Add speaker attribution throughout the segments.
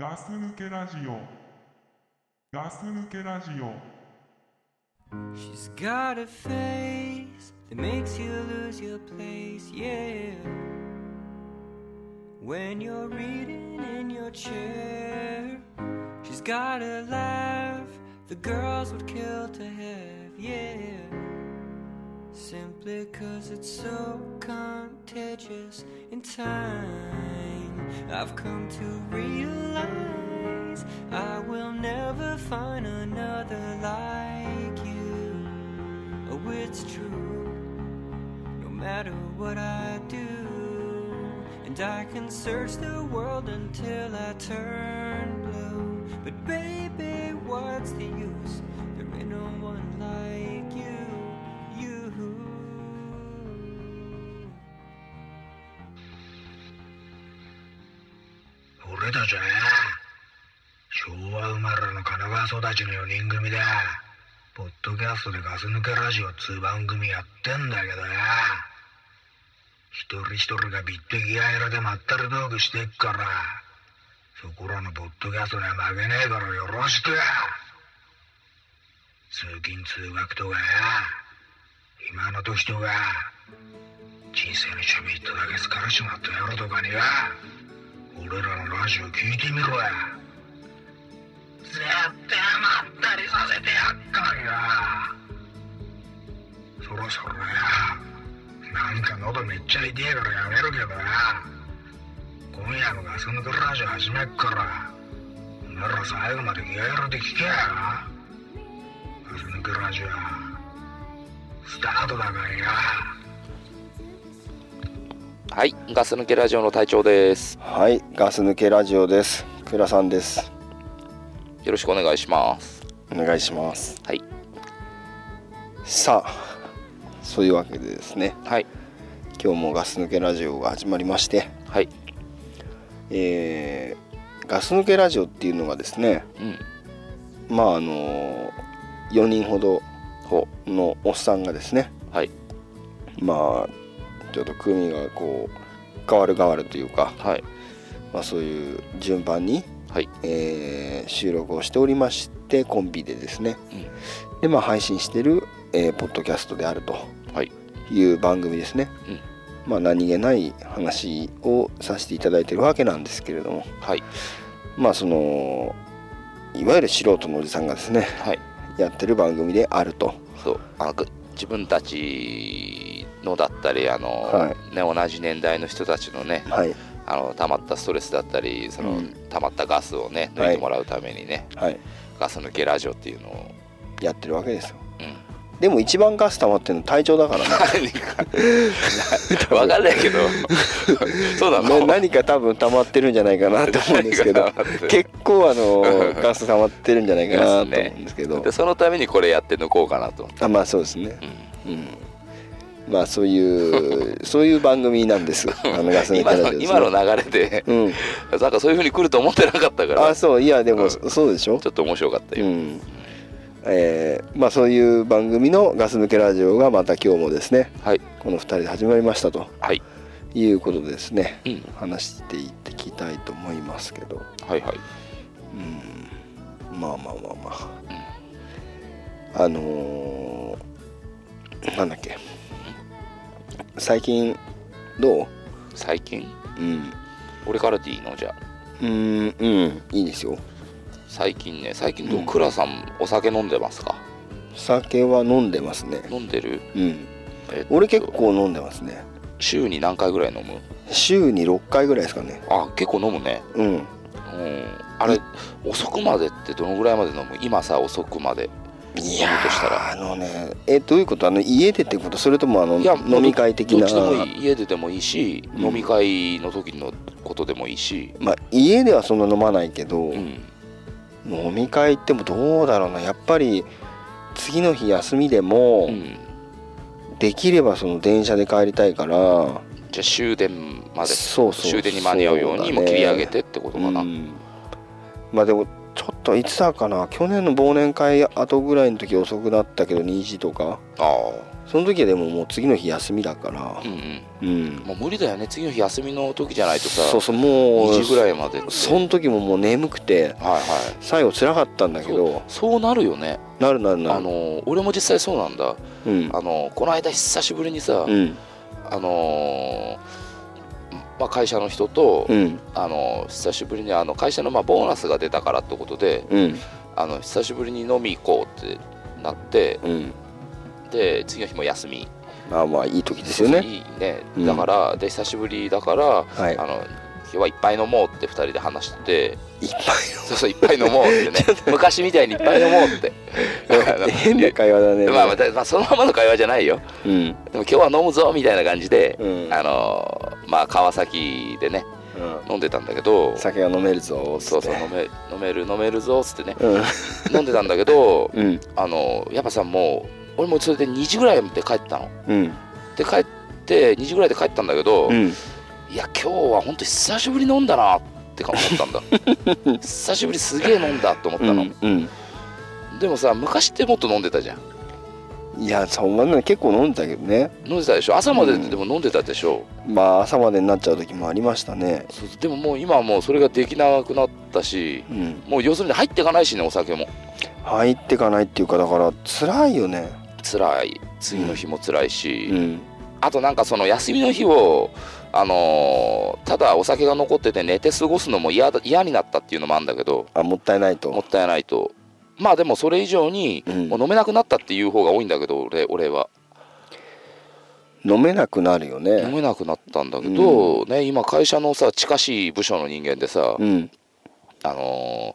Speaker 1: ガス抜けラジオガス抜けラジオ
Speaker 2: She's got a face that makes you lose your place, yeah. When you're reading in your chair, she's got a laugh the girls would kill to have, yeah. Simply cause it's so contagious in time. I've come to realize I will never find another like you. Oh, it's true. No matter what I do, and I can search the world until I turn blue. But baby, what's the use? There ain't no one like you. You.
Speaker 3: 俺たちはね昭和生まれの神奈川育ちの4人組でポッドキャストでガス抜けラジオっつう番組やってんだけどよ一人一人がビッテギア色でまったり道具してっからそこらのポッドキャストには負けねえからよろしくや通勤通学とかや今の時とか人生の趣味一だけ疲れちまった夜とかには俺らのラジオ聞いてみろや絶対まったりさせてやっからよそろそろやなんか喉めっちゃ痛えからやめるけどや今夜のガス抜けラジオ始めっからお前ら最後まで気合入れて聞けやガス抜けラジオスタートだからや
Speaker 4: はい、ガス抜けラジオの隊長です。
Speaker 5: はい、ガス抜けラジオです。クラさんです。
Speaker 4: よろしくお願いします。
Speaker 5: お願いします。
Speaker 4: はい、
Speaker 5: さあ、そういうわけでですね、
Speaker 4: はい、
Speaker 5: 今日もガス抜けラジオが始まりまして、
Speaker 4: はい、
Speaker 5: えーガス抜けラジオっていうのがですね、
Speaker 4: うん、
Speaker 5: まああの4人ほど
Speaker 4: ほ
Speaker 5: のおっさんがですね、
Speaker 4: う、はい、
Speaker 5: まあちょっと組がこう変わる変わるというか、
Speaker 4: はい、
Speaker 5: まあそういう順番に
Speaker 4: はい、
Speaker 5: えー収録をしておりましてコンビでですね、
Speaker 4: う
Speaker 5: でまあ配信してる、えーポッドキャストであると
Speaker 4: はい、
Speaker 5: いう番組ですね、
Speaker 4: うん
Speaker 5: まあ何気ない話をさせていただいてるわけなんですけれども
Speaker 4: はい、
Speaker 5: まあそのいわゆる素人のおじさんがですね
Speaker 4: はい、
Speaker 5: やってる番組であると
Speaker 4: そう、あの、く自分たちのだったり、あの、
Speaker 5: は
Speaker 4: ね、同じ年代の人たちのね、
Speaker 5: はい
Speaker 4: あの、溜まったストレスだったり、その、
Speaker 5: うん
Speaker 4: 溜まったガスをね、抜いてもらうためにね、
Speaker 5: はい
Speaker 4: ガス抜けラジオって いうのを、
Speaker 5: やってるわけですよ
Speaker 4: うん。
Speaker 5: でも一番ガス溜まってるの体調だからね
Speaker 4: 何か、わかんないけど、そうなの
Speaker 5: ね何か多分溜まってるんじゃないかなと思うんですけど
Speaker 4: 何か溜まってる
Speaker 5: 結構あのガス溜まってるんじゃないかなと思うんですけど
Speaker 4: でそのためにこれやって抜こうかなと。
Speaker 5: あまあそうですね
Speaker 4: うん
Speaker 5: うんまあそういう そういう番組なんですあのガス抜け
Speaker 4: 今
Speaker 5: ラジオ
Speaker 4: の
Speaker 5: です
Speaker 4: 今の流れで、
Speaker 5: うん
Speaker 4: なんかそういうふうに来ると思ってなかったから
Speaker 5: あ
Speaker 4: ち
Speaker 5: そういやでも、
Speaker 4: うん
Speaker 5: そうでしょ
Speaker 4: ょっと面白かった
Speaker 5: う
Speaker 4: よ、
Speaker 5: んえーまあそういう番組のガス抜けラジオがまた今日もですね
Speaker 4: はい
Speaker 5: この2人で始まりましたと
Speaker 4: はい
Speaker 5: いうことでですね、
Speaker 4: うん
Speaker 5: 話していってきたいと思いますけど
Speaker 4: はいはい
Speaker 5: うんまあまあまあまあ、あのーなんだっけ最近どう
Speaker 4: 最近
Speaker 5: うん
Speaker 4: 俺からでいいのじゃあ
Speaker 5: うんうんいいですよ
Speaker 4: 最近ね最近ど
Speaker 5: うん
Speaker 4: くらさんお酒飲んでますか
Speaker 5: 酒は飲んでますね
Speaker 4: 飲んでる
Speaker 5: うん
Speaker 4: えっと
Speaker 5: 俺結構飲んでますね
Speaker 4: 週に何回ぐらい飲む
Speaker 5: 週に6回ぐらいですかね
Speaker 4: あ結構飲むね
Speaker 5: うん
Speaker 4: うんあれ遅くまでってどのぐらいまで飲む今さ遅くまで
Speaker 5: い
Speaker 4: 飲むとしたら
Speaker 5: あのねえどういうことあの家でってことそれともあの
Speaker 4: いや
Speaker 5: 飲み会的
Speaker 4: ど
Speaker 5: な
Speaker 4: っちでもいい家ででもいいし、
Speaker 5: うん
Speaker 4: 飲み会の時のことでもいいし
Speaker 5: まあ、家ではそんな飲まないけど、
Speaker 4: うん
Speaker 5: 飲み会行ってもどうだろうなやっぱり次の日休みでも、
Speaker 4: うん
Speaker 5: できればその電車で帰りたいから
Speaker 4: じゃあ終電まで
Speaker 5: そうそう
Speaker 4: 終電に間に合うようにもう切り上げてってこと
Speaker 5: う
Speaker 4: かな、
Speaker 5: んまあでもちょっといつだかな去年の忘年会後ぐらいの時遅くなったけど2時とか
Speaker 4: あ
Speaker 5: その時はでももう次の日休みだから
Speaker 4: あうんう
Speaker 5: う
Speaker 4: ん
Speaker 5: ん
Speaker 4: もう無理だよね次の日休みの時じゃないとさ
Speaker 5: そうそうもう
Speaker 4: 2時ぐらいまでって
Speaker 5: その時ももう眠くて
Speaker 4: はいはい
Speaker 5: 最後辛かったんだけど
Speaker 4: そうなるよね
Speaker 5: なるなるな
Speaker 4: あ
Speaker 5: る
Speaker 4: の俺も実際そうなんだ
Speaker 5: うん
Speaker 4: あのこの間久しぶりにさ
Speaker 5: うん
Speaker 4: あのまあ会社の人と
Speaker 5: うん
Speaker 4: あの久しぶりにあの会社のまあボーナスが出たからってことで
Speaker 5: うん
Speaker 4: あの久しぶりに飲み行こうってなって
Speaker 5: うん
Speaker 4: で次の日も休み
Speaker 5: まあまあいい時ですよね
Speaker 4: いいね
Speaker 5: うん
Speaker 4: だから、で久しぶりだから
Speaker 5: はい
Speaker 4: あの今日はいっぱい飲もうって2人で話してて
Speaker 5: いっ
Speaker 4: そうそういっぱい飲もうってね昔みたいにいっぱい飲もうってあ
Speaker 5: ぱい
Speaker 4: の
Speaker 5: 変な会話だ ね
Speaker 4: まあまあだまあそのままの会話じゃないよ
Speaker 5: うん
Speaker 4: でも今日は飲むぞみたいな感じで、
Speaker 5: うん
Speaker 4: あのまあ川崎でね
Speaker 5: うん
Speaker 4: 飲んでたんだけど
Speaker 5: 酒が飲めるぞ
Speaker 4: そうそう飲め飲める飲めるぞっつってね
Speaker 5: う
Speaker 4: 飲んでたんだけど
Speaker 5: んうん
Speaker 4: あのやっぱさもう俺もそれで2時ぐらいで帰ったの
Speaker 5: うん
Speaker 4: で帰って2時ぐらいで帰ったんだけど、
Speaker 5: うん
Speaker 4: いや今日は本当久しぶりに飲んだなって思ったんだ 久しぶりすげえ飲んだって思った
Speaker 5: う
Speaker 4: の、
Speaker 5: んうん
Speaker 4: でもさ昔ってもっと飲んでたじゃん
Speaker 5: いやそんなの結構飲んだけどね
Speaker 4: 飲んでたでしょ朝まで
Speaker 5: うん
Speaker 4: でも飲んでたでしょ、
Speaker 5: まあ朝までになっちゃう時もありましたね
Speaker 4: そうでももう今はもうそれができなくなったし
Speaker 5: うん
Speaker 4: もう要するに入っていかないしねお酒も
Speaker 5: 入ってかないっていうかだから辛いよね
Speaker 4: 辛い次の日も辛いし、
Speaker 5: うん
Speaker 4: あとなんかその休みの日をあのーただお酒が残ってて寝て過ごすのも嫌だ嫌になったっていうのもあるんだけど
Speaker 5: あもったいない
Speaker 4: も
Speaker 5: と
Speaker 4: ったいないとまあでもそれ以上に
Speaker 5: うん
Speaker 4: もう飲めなくなったっていう方が多いんだけど俺俺は
Speaker 5: 飲めなくなるよ
Speaker 4: 飲
Speaker 5: ね
Speaker 4: めなくなったんだけど、ね、今会社のさ近しい部署の人間でさ、
Speaker 5: うん
Speaker 4: あのー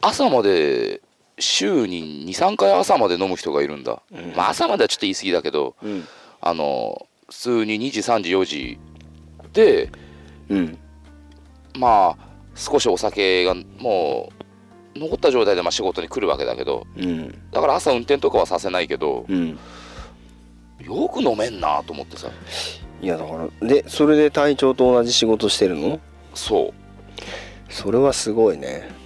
Speaker 4: 朝まで週に23回朝まで飲む人がいるんだ、
Speaker 5: うん
Speaker 4: まあ、朝まではちょっと言い過ぎだけど、
Speaker 5: うん
Speaker 4: あのー普通に2時3時4時で
Speaker 5: うん
Speaker 4: まあ少しお酒がもう残った状態でまあ仕事に来るわけだけど
Speaker 5: うん
Speaker 4: だから朝運転とかはさせないけど
Speaker 5: うん
Speaker 4: よく飲めんなと思ってさ
Speaker 5: いやだからでそれで隊長と同じ仕事してるの
Speaker 4: そ
Speaker 5: それはすごいね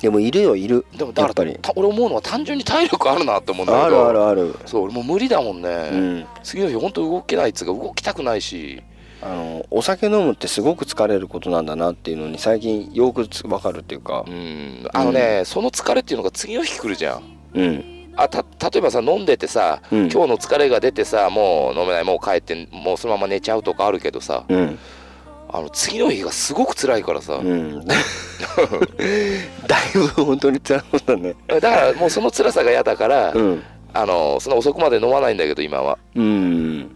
Speaker 5: でもいるよいる
Speaker 4: うでもだ
Speaker 5: やっ
Speaker 4: か
Speaker 5: ぱ
Speaker 4: ら
Speaker 5: り
Speaker 4: た俺思うのは単純に体力あるなって思うんだけど
Speaker 5: あるあるある
Speaker 4: そう俺もう無理だもんね、
Speaker 5: うん
Speaker 4: 次の日本当動けないっつうか動きたくないし
Speaker 5: あのお酒飲むってすごく疲れることなんだなっていうのに最近よくつわかるっていうか
Speaker 4: うんあのね、その疲れっていうのが次の日来るじゃん
Speaker 5: うん
Speaker 4: あた例えばさ飲んでてさ、
Speaker 5: うん
Speaker 4: 今日の疲れが出てさもう飲めないもう帰ってもうそのまま寝ちゃうとかあるけどさ
Speaker 5: うん
Speaker 4: あの次の日がすごく辛いからさ、
Speaker 5: うん だいぶ本当に辛そうだね
Speaker 4: だからもうその辛さが嫌だから、
Speaker 5: うん
Speaker 4: あのその遅くまで飲まないんだけど今は
Speaker 5: うん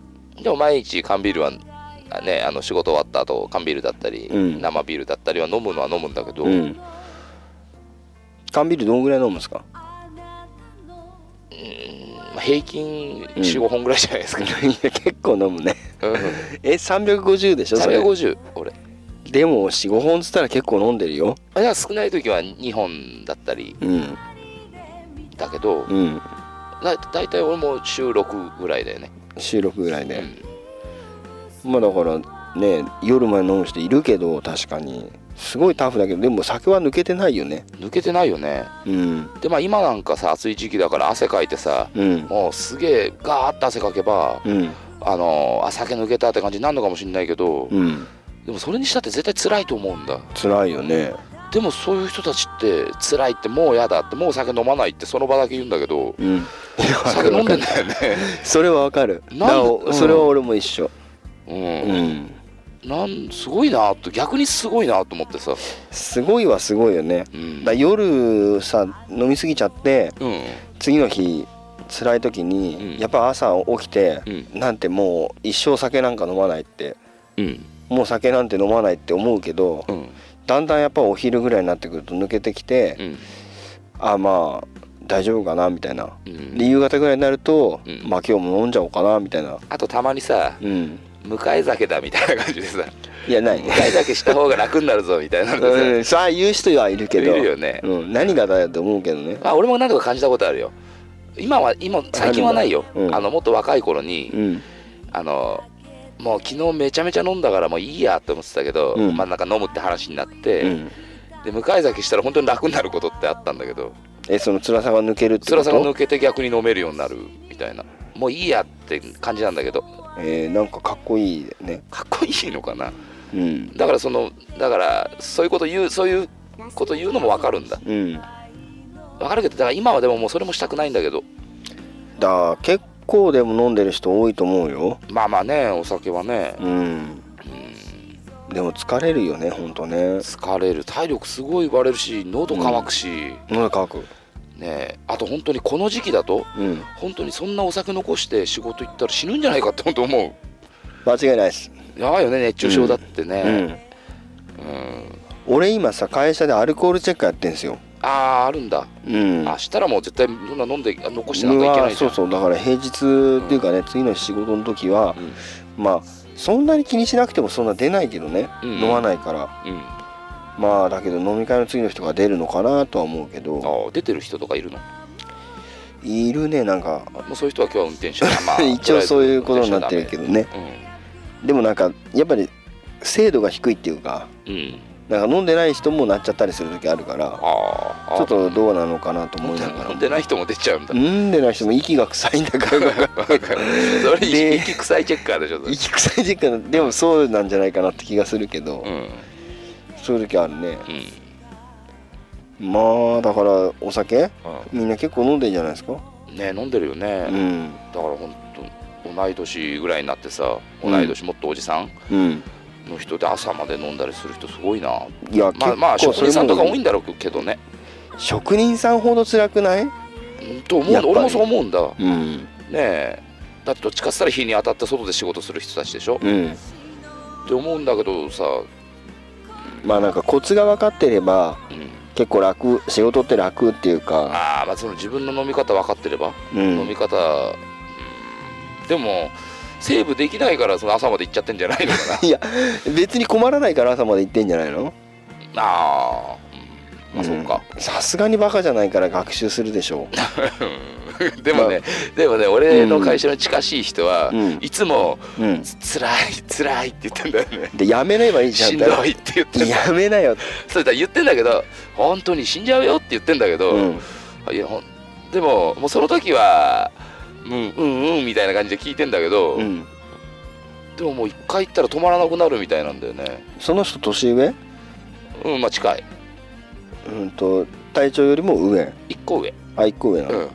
Speaker 4: でも毎日缶ビールはねあの仕事終わった後缶ビールだったり、
Speaker 5: うん
Speaker 4: 生ビールだったりは飲むのは飲むんだけど、
Speaker 5: うん缶ビールどんぐらい飲むんですか
Speaker 4: まあ平均
Speaker 5: うん
Speaker 4: 45本ぐらいじゃない ですか、
Speaker 5: 結構飲むね
Speaker 4: うん、
Speaker 5: え350でしょそれ
Speaker 4: 350俺
Speaker 5: でも45本っつったら結構飲んでるよ
Speaker 4: あいや少ない時は2本だったり
Speaker 5: うん
Speaker 4: だけど、
Speaker 5: うん
Speaker 4: だ大体俺も週6ぐらいだよね、
Speaker 5: 収録ぐらいで、
Speaker 4: うん
Speaker 5: まあだからね夜まで飲む人いるけど確かにすごいタフだけどでも酒は抜けてないよね
Speaker 4: 抜けてないよね
Speaker 5: うん
Speaker 4: でまあ今なんかさ暑い時期だから汗かいてさ
Speaker 5: うん
Speaker 4: もうすげえガーッと汗かけば、
Speaker 5: うん
Speaker 4: あのーあ酒抜けたって感じになるのかもしれないけど、
Speaker 5: うん
Speaker 4: でもそれにしたって絶対辛いと思うんだ
Speaker 5: 辛いよね
Speaker 4: でもそういう人たちって辛いってもうやだってもう酒飲まないってその場だけ言うんだけど
Speaker 5: うん
Speaker 4: 酒飲んでんだよね
Speaker 5: それはわかる
Speaker 4: なんで
Speaker 5: だからお
Speaker 4: うん
Speaker 5: それは俺も一緒う
Speaker 4: うんなんすごいなと逆にすごいなと思ってさ、
Speaker 5: すごいはすごいよね
Speaker 4: うん
Speaker 5: だから夜さ飲み過ぎちゃって
Speaker 4: うん
Speaker 5: 次の日辛い時に、
Speaker 4: うん
Speaker 5: やっぱ朝起きて、
Speaker 4: う
Speaker 5: なんてもう一生酒なんか飲まないって
Speaker 4: うん
Speaker 5: もう酒なんて飲まないって思うけど
Speaker 4: うん
Speaker 5: だんだんやっぱお昼ぐらいになってくると抜けてきて、
Speaker 4: うん
Speaker 5: あまあ大丈夫かなみたいな、
Speaker 4: うん
Speaker 5: で夕方ぐらいになると、
Speaker 4: うん
Speaker 5: まあ今日も飲んじゃおうかなみたいな
Speaker 4: あとたまにさ
Speaker 5: うん
Speaker 4: 向かい酒だみたいな感じでさ
Speaker 5: いやない
Speaker 4: 向かい酒した方が楽になるぞみたいなのでさ
Speaker 5: うん、さあ言う人はいるけど
Speaker 4: いるよね
Speaker 5: うん、何がだよって思うけどね
Speaker 4: まあ俺も何度か感じたことあるよ今は今最近はないよ
Speaker 5: あるんだうん
Speaker 4: あのもっと若い頃に、
Speaker 5: うん
Speaker 4: あのもう昨日めちゃめちゃ飲んだからもういいやって思ってたけど、
Speaker 5: うん
Speaker 4: まあなんか飲むって話になって、
Speaker 5: うん
Speaker 4: で向かい酒したら本当に楽になることってあったんだけど
Speaker 5: えその辛さが抜けるってこ
Speaker 4: 辛
Speaker 5: と
Speaker 4: さが抜けて逆に飲めるようになるみたいなもういいやって感じなんだけど
Speaker 5: えーなんかかっこいいね
Speaker 4: かっこいいのかな
Speaker 5: うん
Speaker 4: だからそのだからそういうこと言うそういうこと言うのも分かるんだ
Speaker 5: うん
Speaker 4: 分かるけどだから今はでももうそれもしたくないんだけど
Speaker 5: だ結構でも飲んでる人多いと思うよ
Speaker 4: まあまあねお酒はね
Speaker 5: うんでも疲れるよねほんとね
Speaker 4: 疲れる体力すごい割れるし喉乾くし、
Speaker 5: 喉乾く
Speaker 4: ねあと本当にこの時期だと
Speaker 5: うん
Speaker 4: 本当にそんなお酒残して仕事行ったら死ぬんじゃないかって本当思
Speaker 5: 間違いないです、
Speaker 4: うやばいよね熱中症だってね、
Speaker 5: うん俺今さ会社でアルコールチェックやってんすよ
Speaker 4: あああるんだ、
Speaker 5: うん
Speaker 4: あしたらもう絶対そんな飲んであ残してなんかいけ
Speaker 5: う
Speaker 4: な
Speaker 5: わ
Speaker 4: いじ
Speaker 5: そ
Speaker 4: ゃ
Speaker 5: うんそうだから平日っていうかね、次の仕事の時は、まあそんなに気にしなくてもそんな出ないけどね、
Speaker 4: うん
Speaker 5: 飲まないから
Speaker 4: うん、
Speaker 5: まあだけど飲み会の次の人が出るのかなとは思うけど
Speaker 4: ああ出てる人とかいるの
Speaker 5: いるねなんか
Speaker 4: もうそういう人は今日は運転 手だ、まあ、
Speaker 5: 一応そういうことになってるけどね
Speaker 4: どうん、
Speaker 5: でもなんかやっぱり精度が低いっていうか
Speaker 4: うん、
Speaker 5: なんか飲んでない人もなっちゃったりする時あるから
Speaker 4: ああ
Speaker 5: ちょっとどうなのかなと思いながら
Speaker 4: 飲んでない人も出ちゃうんだ
Speaker 5: 飲んでない人も息が臭いんだから
Speaker 4: わかる それ
Speaker 5: で
Speaker 4: 息臭いチェッカーでしょそれ
Speaker 5: 息臭い時間でもそうなんじゃないかなって気がするけど、
Speaker 4: うん
Speaker 5: そういう時あるね
Speaker 4: うん
Speaker 5: まあだからお酒
Speaker 4: う
Speaker 5: みんな結構飲んでんじゃないですか
Speaker 4: んね飲んでるよね、
Speaker 5: う
Speaker 4: だか
Speaker 5: ん
Speaker 4: ら本当同い年ぐらいになってさ同い年もっとおじさん
Speaker 5: うん
Speaker 4: の人で朝まで飲んだりする人すごいない
Speaker 5: や
Speaker 4: まあまあ
Speaker 5: 結
Speaker 4: 職
Speaker 5: 構そ
Speaker 4: 人
Speaker 5: れ
Speaker 4: さんとか多い
Speaker 5: も
Speaker 4: んだろうけどね
Speaker 5: 職人さんほど辛くない
Speaker 4: うんと思う
Speaker 5: やっぱり
Speaker 4: 俺もそう思うんだね
Speaker 5: うん
Speaker 4: えだってどっちかっつったら日に当たって外で仕事する人たちでしょ
Speaker 5: うん
Speaker 4: って思うんだけどさ、
Speaker 5: まあなんかコツが分かってれば
Speaker 4: うん、
Speaker 5: 結構楽仕事って楽っていうか
Speaker 4: ああまあその自分の飲み方分かってれば、
Speaker 5: う
Speaker 4: 飲み
Speaker 5: ん
Speaker 4: 方、うんでもセーブできないからその朝まで行っちゃってんじゃないのかな
Speaker 5: いや別に困らないから朝まで行ってんじゃないの
Speaker 4: あー、うん、まあ
Speaker 5: ん
Speaker 4: そうか、
Speaker 5: さすがにバカじゃないから学習するでしょ
Speaker 4: でもね、でもね俺の会社の近しい人は、
Speaker 5: うん
Speaker 4: いつも
Speaker 5: う、う
Speaker 4: 「
Speaker 5: ん、
Speaker 4: つらいつらい」って言ってんだよね
Speaker 5: でやめればいいじゃん
Speaker 4: しんどいって言ってんだ
Speaker 5: やめなよ、
Speaker 4: それだ言ってんだけど本当に死んじゃうよって言ってんだけど、
Speaker 5: うん、
Speaker 4: いやほんでももうその時はうんうんうんみたいな感じで聞いてんだけど、
Speaker 5: うん、
Speaker 4: でももう一回行ったら止まらなくなるみたいなんだよね
Speaker 5: その人年上
Speaker 4: うんまあ近い
Speaker 5: うんと体調よりも上
Speaker 4: 一個上
Speaker 5: あ一個上な
Speaker 4: う
Speaker 5: の
Speaker 4: ん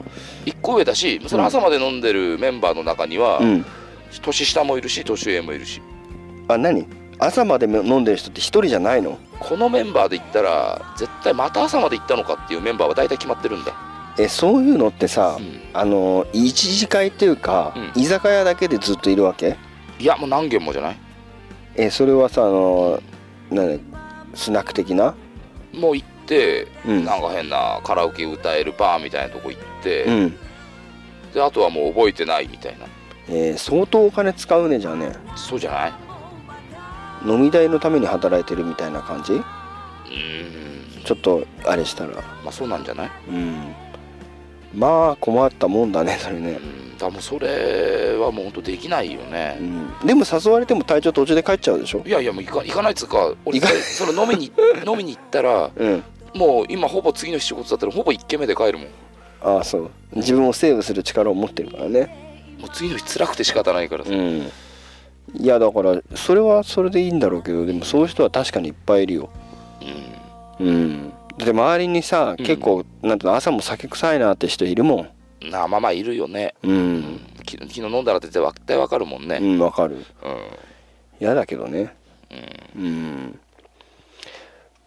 Speaker 4: 一個上だしその朝まで飲んでるメンバーの中には、
Speaker 5: うん、
Speaker 4: 年下もいるし年上もいるし
Speaker 5: あ何朝まで飲んでる人って一人じゃないの
Speaker 4: このメンバーで行ったら絶対また朝まで行ったのかっていうメンバーは大体決まってるんだ
Speaker 5: えそういうのってさ、
Speaker 4: うん
Speaker 5: あの一次会っていうか、
Speaker 4: うん
Speaker 5: 居酒屋だけでずっといるわけ
Speaker 4: いやもう何軒もじゃない
Speaker 5: えそれはさあのなんスナック的な
Speaker 4: もう行って、
Speaker 5: うん
Speaker 4: なんか変なカラオケ歌えるバーみたいなとこ行って、
Speaker 5: うん、
Speaker 4: であとはもう覚えてないみたいな
Speaker 5: えー相当お金使うねじゃあね
Speaker 4: そうじゃない
Speaker 5: 飲み代のために働いてるみたいな感じ
Speaker 4: うーん
Speaker 5: ちょっとあれしたら
Speaker 4: まあそうなんじゃない
Speaker 5: うんまあ困ったもんだねそれね
Speaker 4: う、んだからもうそれはもう本当できないよ
Speaker 5: う
Speaker 4: ね、
Speaker 5: ん、でも誘われても体調途中で帰っちゃうでしょ
Speaker 4: いやいやもう行か行かないっつうか俺
Speaker 5: 行かない
Speaker 4: それ飲みに 飲みに行ったら
Speaker 5: うん
Speaker 4: もう今ほぼ次の仕事だったらほぼ1軒目で帰るもん
Speaker 5: ああそう自分をセーブする力を持ってるからね
Speaker 4: もう次の日辛くて仕方ないからさ、
Speaker 5: んいやだからそれはそれでいいんだろうけどでもそういう人は確かにいっぱいいるよ
Speaker 4: うん
Speaker 5: うんだって周りにさ
Speaker 4: うん
Speaker 5: 結構、なんていうの朝も酒臭いなって人いるも
Speaker 4: なあまあまあいるよね、
Speaker 5: んうん
Speaker 4: き昨日飲んだらって絶対わかるもん
Speaker 5: う
Speaker 4: ね、
Speaker 5: んわかる
Speaker 4: うん
Speaker 5: 嫌だけどねうん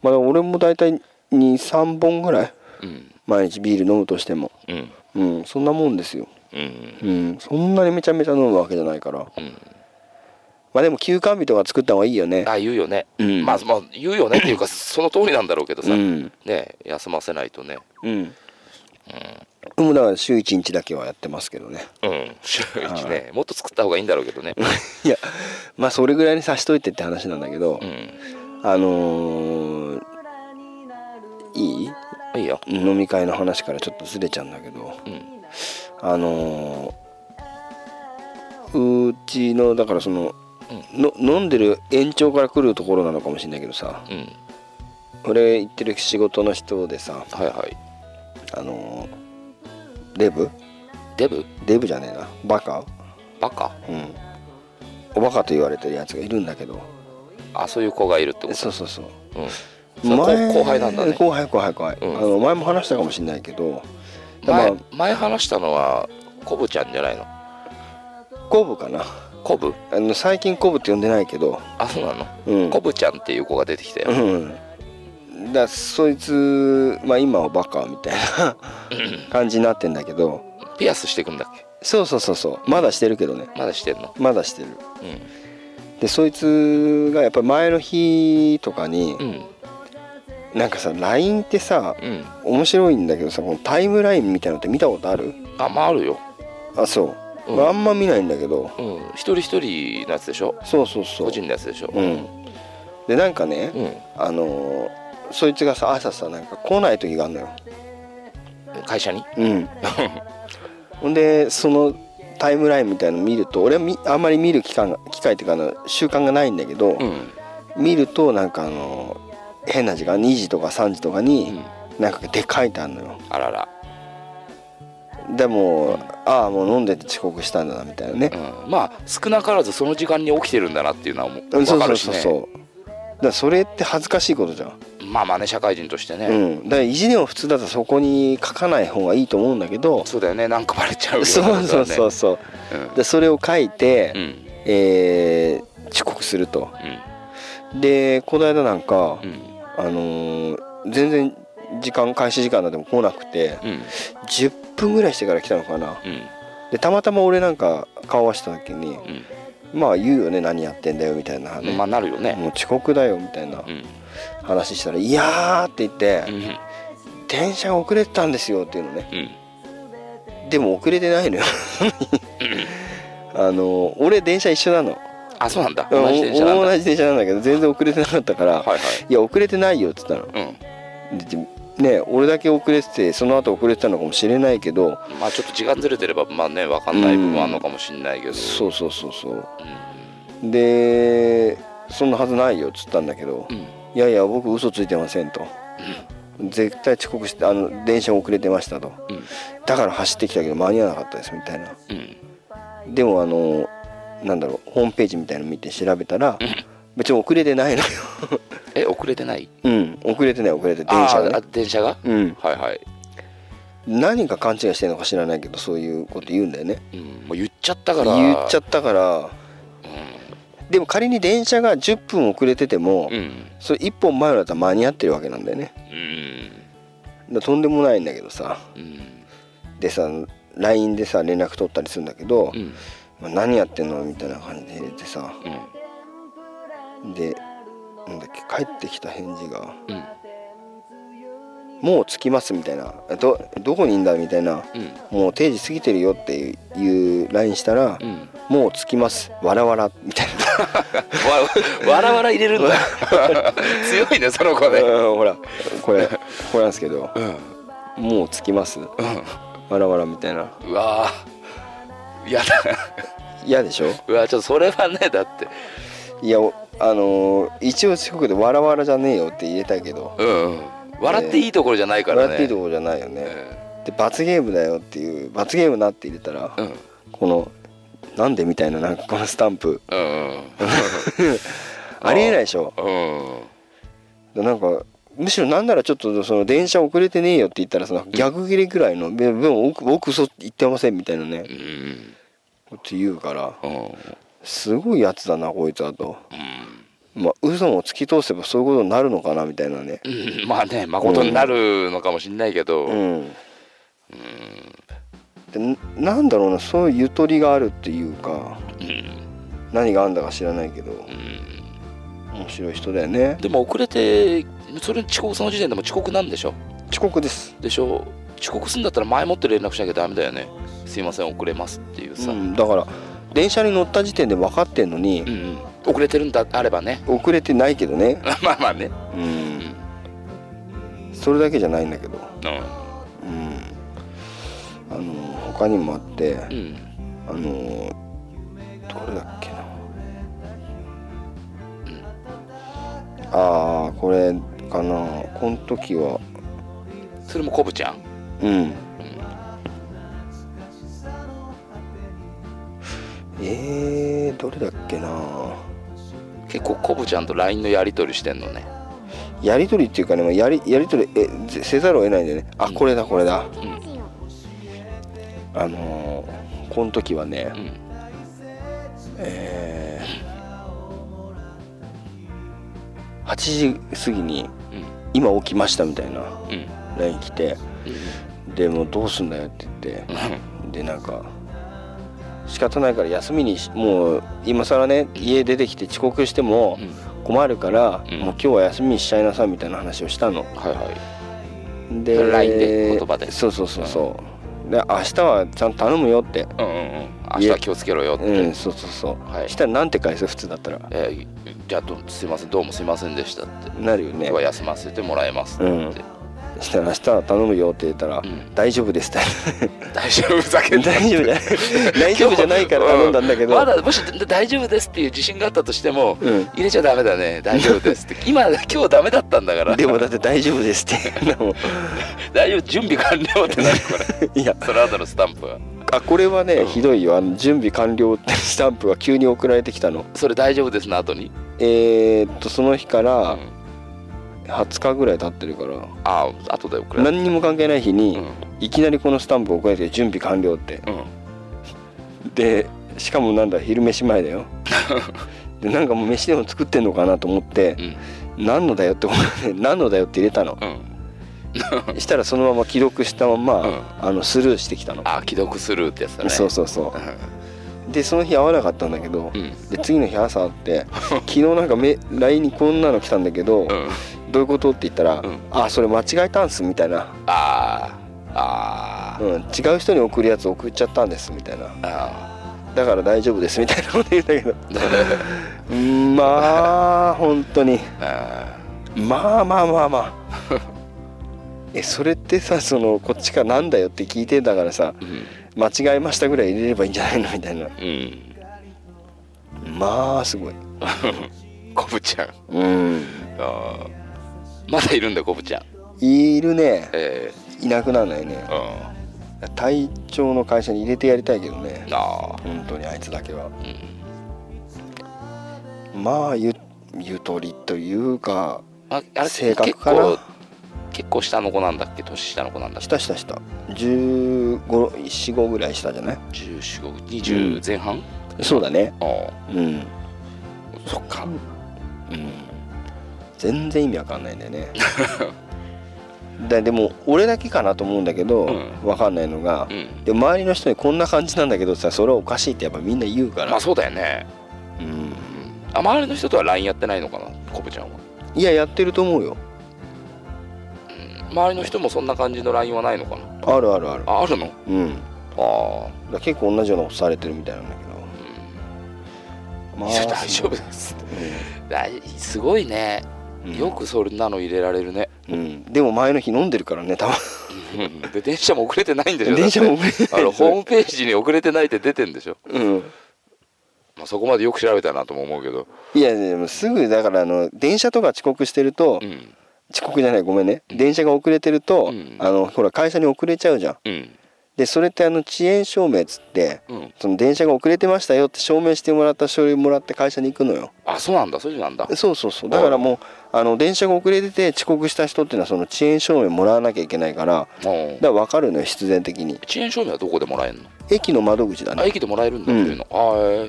Speaker 5: まあでも俺も大体23本ぐらい
Speaker 4: うん
Speaker 5: 毎日ビール飲むとしても
Speaker 4: うん
Speaker 5: うんそんなもんですよ
Speaker 4: うん
Speaker 5: うんそんなにめちゃめちゃ飲むわけじゃないから
Speaker 4: うん
Speaker 5: まあでも休館日とか作った方がいいよね
Speaker 4: あ言うよね、
Speaker 5: うん
Speaker 4: まあまあ言うよねっていうかその通りなんだろうけどさ、
Speaker 5: うん
Speaker 4: ね休ませないとね
Speaker 5: うん。でもだから週1日だけはやってますけどね。
Speaker 4: うん週一ねもっと作った方がいいんだろうけどね
Speaker 5: いや、まあそれぐらいにさしといてって話なんだけど
Speaker 4: う、ん
Speaker 5: あのーいい
Speaker 4: いいよ
Speaker 5: 飲み会の話からちょっとずれちゃうんだけど、
Speaker 4: うん
Speaker 5: あのーうちのだからその、の飲んでる延長から来るところなのかもしれないけどさ
Speaker 4: うん
Speaker 5: 俺行ってる仕事の人でさ
Speaker 4: はいはい
Speaker 5: あのーデブ
Speaker 4: デブ
Speaker 5: デブじゃねえなバカ
Speaker 4: バカ
Speaker 5: うんおバカと言われてるやつがいるんだけど
Speaker 4: あそういう子がいるってこ
Speaker 5: そうそうそう
Speaker 4: と、うん、それ後後輩なんだね
Speaker 5: 後輩後輩後輩、
Speaker 4: うん
Speaker 5: あの前も話したかもしれないけど
Speaker 4: 前
Speaker 5: ま
Speaker 4: 前話したのはコブちゃんじゃないの
Speaker 5: コブかな
Speaker 4: コブ
Speaker 5: あの最近コブって呼んでないけど
Speaker 4: あそうなの、
Speaker 5: うん
Speaker 4: コブちゃんっていう子が出てきたよ、
Speaker 5: うんだそいつ、まあ、今はバカみたいな感じになってんだけど
Speaker 4: ピアスしてくんだっけ
Speaker 5: そうそうそうそうまだしてるけどね
Speaker 4: まだしてんの
Speaker 5: まだしてる
Speaker 4: う
Speaker 5: でそいつがやっぱり前の日とかに、
Speaker 4: んうん
Speaker 5: なんかさ LINE ってさ
Speaker 4: うん
Speaker 5: 面白いんだけどさこのタイムラインみたいなのって見たことある
Speaker 4: あまああるよ
Speaker 5: あそう、
Speaker 4: うん
Speaker 5: まああんま見ないんだけど
Speaker 4: うん一人一人のやつでしょ
Speaker 5: そうそうそ
Speaker 4: 個
Speaker 5: う
Speaker 4: 人のやつでしょ
Speaker 5: うんでなんかね、
Speaker 4: うん
Speaker 5: あのーそいつがさ朝さなんか来ない時があるのよ
Speaker 4: 会社に
Speaker 5: うん、 ほんでそのタイムラインみたいの見ると俺はみあんまり見る機会が機会っていうかあの習慣がないんだけど、
Speaker 4: ん
Speaker 5: 見るとなんかあの変な時間2時とか3時とか
Speaker 4: う
Speaker 5: に
Speaker 4: ん
Speaker 5: なんかで書いてあるのよ
Speaker 4: あらら
Speaker 5: でもああもう飲んでて遅刻したんだなみたいなね、
Speaker 4: うんまあ少なからずその時間に起きてるんだなっていうのはもう
Speaker 5: うん、そ
Speaker 4: 分
Speaker 5: う
Speaker 4: か
Speaker 5: そ
Speaker 4: るし
Speaker 5: うそう
Speaker 4: ね
Speaker 5: そうだからそれって恥ずかしいことじゃん、
Speaker 4: まあまあね社会人として
Speaker 5: う
Speaker 4: ね
Speaker 5: ん、だから意地でも普通だったらそこに書かない方がいいと思うんだけど
Speaker 4: そうだよねなんかバレちゃうよ
Speaker 5: そうそうそうそう
Speaker 4: うん
Speaker 5: でそれを書いて、
Speaker 4: うん
Speaker 5: えー遅刻すると
Speaker 4: うん
Speaker 5: でこの間なんか、
Speaker 4: うん
Speaker 5: あのー全然時間開始時間なんでも来なくて
Speaker 4: うん
Speaker 5: 10分ぐらいしてから来たのかな
Speaker 4: うん
Speaker 5: でたまたま俺なんか顔合わせた時に
Speaker 4: うん
Speaker 5: まあ言うよね何やってんだよみたいな、
Speaker 4: うんまあなるよね
Speaker 5: もう遅刻だよみたいな
Speaker 4: うん
Speaker 5: 話したら「いやー」って言って
Speaker 4: う、ん
Speaker 5: 電車が遅れてたんですよ」っていうのね
Speaker 4: うん
Speaker 5: でも遅れてないのよ あのー俺電車一緒なの
Speaker 4: あそうなんだ
Speaker 5: うん
Speaker 4: 同じ電車なんだは
Speaker 5: 同じ電車なんだけど全然遅れてなかったから「
Speaker 4: いはい
Speaker 5: いや遅れてないよ」って言ったの
Speaker 4: う
Speaker 5: でね俺だけ遅れててその後遅れてたのかもしれないけど
Speaker 4: んまあちょっと時間ずれてればまあね分かんない部分はあるのかもしんないけど
Speaker 5: そうそうそうそう
Speaker 4: うん
Speaker 5: でそんなはずないよっつったんだけど、
Speaker 4: うん
Speaker 5: いやいや僕嘘ついてませんと、絶対遅刻してあの電車遅れてましたと
Speaker 4: うん
Speaker 5: だから走ってきたけど間に合わなかったですみたいな
Speaker 4: うん
Speaker 5: でもあのなんだろうホームページみたいの見て調べたら、別に遅れてな いのよ
Speaker 4: え遅れてない
Speaker 5: うん遅れてない遅れて電車
Speaker 4: あー
Speaker 5: が
Speaker 4: あ
Speaker 5: ね
Speaker 4: 電車が
Speaker 5: うん
Speaker 4: はいはい、
Speaker 5: 何か勘違いしてるのか知らないけどそういうこと言うんだよね
Speaker 4: うん、もう言っちゃったから
Speaker 5: 言っちゃったからでも仮に電車が10分遅れてても、
Speaker 4: うん
Speaker 5: それ1本前のだったら間に合ってるわけなんだよね
Speaker 4: うん
Speaker 5: だからとんでもないんだけどさ
Speaker 4: うん
Speaker 5: でさ LINE でさ連絡取ったりするんだけど
Speaker 4: う、ん
Speaker 5: まあ何やってんのみたいな感じで入れてさ
Speaker 4: うん
Speaker 5: でなんだっけ帰ってきた返事が
Speaker 4: うん
Speaker 5: 「もう着きます」みたいな「どどこにいんだ?」みたいな
Speaker 4: うん
Speaker 5: 「もう定時過ぎてるよ」っていう LINE したら
Speaker 4: うん
Speaker 5: 「もう着きます」「わらわら」みたいな。
Speaker 4: わわらわら入れるんだ 強いねその子ね
Speaker 5: うんほらこ れこれなんですけど
Speaker 4: うん
Speaker 5: 「もう着きます」「わらわら」みたいな
Speaker 4: うんうわーやだ
Speaker 5: 嫌でしょ
Speaker 4: うわちょっとそれはねだって
Speaker 5: いやおあのー一応四国で「わらわらじゃねえよ」って言えたけど
Speaker 4: うんうん笑っていいところじゃないからね
Speaker 5: 笑っていいとこじゃないよね、で罰ゲームだよっていう罰ゲームなって入れたら、
Speaker 4: うん
Speaker 5: この「なんで?」みたいななんかこのスタンプ
Speaker 4: うん
Speaker 5: ありえないでしょ
Speaker 4: うんうん
Speaker 5: でなんかむしろなんならちょっとその電車遅れてねえよって言ったらその逆切れくらいの「ででも僕僕嘘言ってません」みたいなね
Speaker 4: うん
Speaker 5: って言うから
Speaker 4: うん
Speaker 5: すごいやつだなこいつはと。
Speaker 4: うん
Speaker 5: まあ、嘘も突き通せばそういうことになるのかなみたいなね
Speaker 4: うんまあね誠になるのかもしれないけど、
Speaker 5: うんでんなんだろうなそういうゆとりがあるっていうか
Speaker 4: うん
Speaker 5: 何があんだか知らないけど
Speaker 4: うん
Speaker 5: 面白い人だよね
Speaker 4: でも遅れてそれ遅刻その時点でも遅刻なんでしょ
Speaker 5: 遅刻です、
Speaker 4: でしょ遅刻するんだったら前もって連絡しなきゃダメだよねすいません遅れますっていう
Speaker 5: う
Speaker 4: さ、うん
Speaker 5: ん、だから電車に乗った時点で分かってんのに
Speaker 4: う、ん遅れてるんだあればね
Speaker 5: 遅れてないけどね、
Speaker 4: まあまあね
Speaker 5: うん、それだけじゃないんだけ
Speaker 4: う
Speaker 5: ど、うん、あの他にもあって
Speaker 4: んうん
Speaker 5: あのどれだっけなああこれかなこの時は
Speaker 4: それもコブちゃん
Speaker 5: うんえー、どれだっけな
Speaker 4: 結構コブちゃんと LINE のやり取りしてんのね
Speaker 5: やり取りっていうかねまあやりやり取りえせせざるを得ないんだよねあこれだこれだあのー、この時はね、
Speaker 4: うん
Speaker 5: えー8時過ぎに
Speaker 4: うん
Speaker 5: 「今起きました」みたいな
Speaker 4: うん
Speaker 5: LINE 来て「でもうどうすんだよ」って言ってでなんか仕方ないから休みにしもう今更ね家出てきて遅刻しても
Speaker 4: うん
Speaker 5: 困るから、
Speaker 4: うん
Speaker 5: もう今日は休みにしちゃいなさいみたいな話をしたの。
Speaker 4: はいは
Speaker 5: で
Speaker 4: それ LINE で言葉で
Speaker 5: そうそうそうそうで明日はちゃんと頼むよって
Speaker 4: いうんうんうん明日は気をつけろよって、
Speaker 5: うんそうそうそう、
Speaker 4: はい
Speaker 5: したらなんて返す普通だったら
Speaker 4: えーじゃあどうすいませんどうもすいませんでしたって
Speaker 5: なるよ
Speaker 4: 今
Speaker 5: ね
Speaker 4: 日は休ませてもらいますって、
Speaker 5: うんしたら明日は頼むよって言ったら、
Speaker 4: ん
Speaker 5: 大丈夫ですって
Speaker 4: 大丈夫ふざけんな
Speaker 5: 大丈夫じゃない 大丈夫じゃないから頼んだんだけど、
Speaker 4: まだもし大丈夫ですっていう自信があったとしても、
Speaker 5: うん
Speaker 4: 入れちゃダメだね大丈夫です って今今日ダメだったんだから
Speaker 5: でもだって大丈夫ですっていうのも
Speaker 4: 大丈夫準備完了ってなるこれ
Speaker 5: いや
Speaker 4: その後のスタンプは
Speaker 5: あこれはね、ひどいよあの準備完了ってスタンプが急に送られてきたの
Speaker 4: それ大丈夫ですの後に
Speaker 5: えー、っとその日か
Speaker 4: あ、
Speaker 5: ら
Speaker 4: うん
Speaker 5: 20日ぐらい経ってるから
Speaker 4: あ後で送られる
Speaker 5: 何にも関係ない日に、
Speaker 4: うん
Speaker 5: いきなりこのスタンプ送られて準備完了って
Speaker 4: うん
Speaker 5: でしかもなんだ昼飯前 だよでなんかもう飯でも作ってんのかなと思って
Speaker 4: うん
Speaker 5: 何のだよって思って何のだよって入れ たの
Speaker 4: うん
Speaker 5: したらそのまま既読したまま、
Speaker 4: うん
Speaker 5: あのスルーしてきたの、
Speaker 4: あ既読するってやつだね
Speaker 5: そうそうそうでその日会わなかったんだけど、
Speaker 4: うん
Speaker 5: で次の日朝会って 昨日なんかめ LINE にこんなの来たんだけど、
Speaker 4: うん
Speaker 5: どういうことって言ったら
Speaker 4: う
Speaker 5: 「
Speaker 4: ん
Speaker 5: あそれ間違えたんす」みたいな、
Speaker 4: あーあ
Speaker 5: う
Speaker 4: ー
Speaker 5: ん「違う人に送るやつ送っちゃったんです」みたいな
Speaker 4: あ
Speaker 5: 「だから大丈夫です」みたいなこと言うんだけど
Speaker 4: ー
Speaker 5: うんまあ本当に
Speaker 4: あ
Speaker 5: まあまあまあまあえそれってさそのこっちからなんだよって聞いてんだからさ
Speaker 4: ーうん
Speaker 5: 間違えましたぐらい入れればいいんじゃないのみたいな
Speaker 4: うん
Speaker 5: まあすごい
Speaker 4: コブちゃん
Speaker 5: うん
Speaker 4: あーまだいるんだコブちゃん
Speaker 5: いるね
Speaker 4: え
Speaker 5: いなくならないね
Speaker 4: えうん
Speaker 5: 隊長の会社に入れてやりたいけどね
Speaker 4: なあ
Speaker 5: 本当にあいつだけは
Speaker 4: うん
Speaker 5: まあゆゆとりというか
Speaker 4: ああれ
Speaker 5: 性格かな
Speaker 4: 結構結構下の子なんだっけ年下の子なんだっ
Speaker 5: し
Speaker 4: け
Speaker 5: たしたした1545ぐらいしたじゃない
Speaker 4: 141520前半、
Speaker 5: そうだね
Speaker 4: ああ
Speaker 5: うん
Speaker 4: そっか
Speaker 5: うん全然意味わかんないんだよね ででも俺だけかなと思うんだけど、
Speaker 4: うん
Speaker 5: わかんないのが
Speaker 4: う、ん
Speaker 5: で周りの人にこんな感じなんだけどさそれはおかしいってやっぱみんな言うから、
Speaker 4: まあそうだよね
Speaker 5: うん、
Speaker 4: あ周りの人とは LINE やってないのかなコブちゃんはい
Speaker 5: ややってると思うよ
Speaker 4: 周りの人もそんな感じの LINE はないのかな
Speaker 5: あるあるある
Speaker 4: ああるの
Speaker 5: うん
Speaker 4: ああ、
Speaker 5: だ結構同じようなことされてるみたいなんだけどま
Speaker 4: いや大丈夫です大すごいね
Speaker 5: うん
Speaker 4: よくそんなの入れられる ね、
Speaker 5: うん、でも前の日飲んでるからね多分
Speaker 4: で電車も遅れてないんでしょ
Speaker 5: 電車も
Speaker 4: だ
Speaker 5: 遅れて
Speaker 4: ってあのホームページに遅れてないって出てんでしょ、
Speaker 5: うん
Speaker 4: まあ、そこまでよく調べたなとも思うけど、
Speaker 5: いやでもすぐだからあの電車とか遅刻してると、
Speaker 4: うん
Speaker 5: 遅刻じゃないごめんね電車が遅れてると、
Speaker 4: うん
Speaker 5: あのほら会社に遅れちゃうじゃん
Speaker 4: うん
Speaker 5: でそれってあの遅延証明っつって
Speaker 4: うん、
Speaker 5: その電車が遅れてましたよって証明してもらった書類もらって会社に行くのよ
Speaker 4: あそうなんだそういうのなんだ
Speaker 5: そうそうそうだからもうあの電車が遅れてて遅刻した人っていうのはその遅延証明もらわなきゃいけないから
Speaker 4: うん
Speaker 5: だから分かるのよ必然的に
Speaker 4: 遅延証明はどこでもらえるの
Speaker 5: 駅の窓口だ
Speaker 4: あ
Speaker 5: ね
Speaker 4: 駅でもらえるんだっていうの、あーえ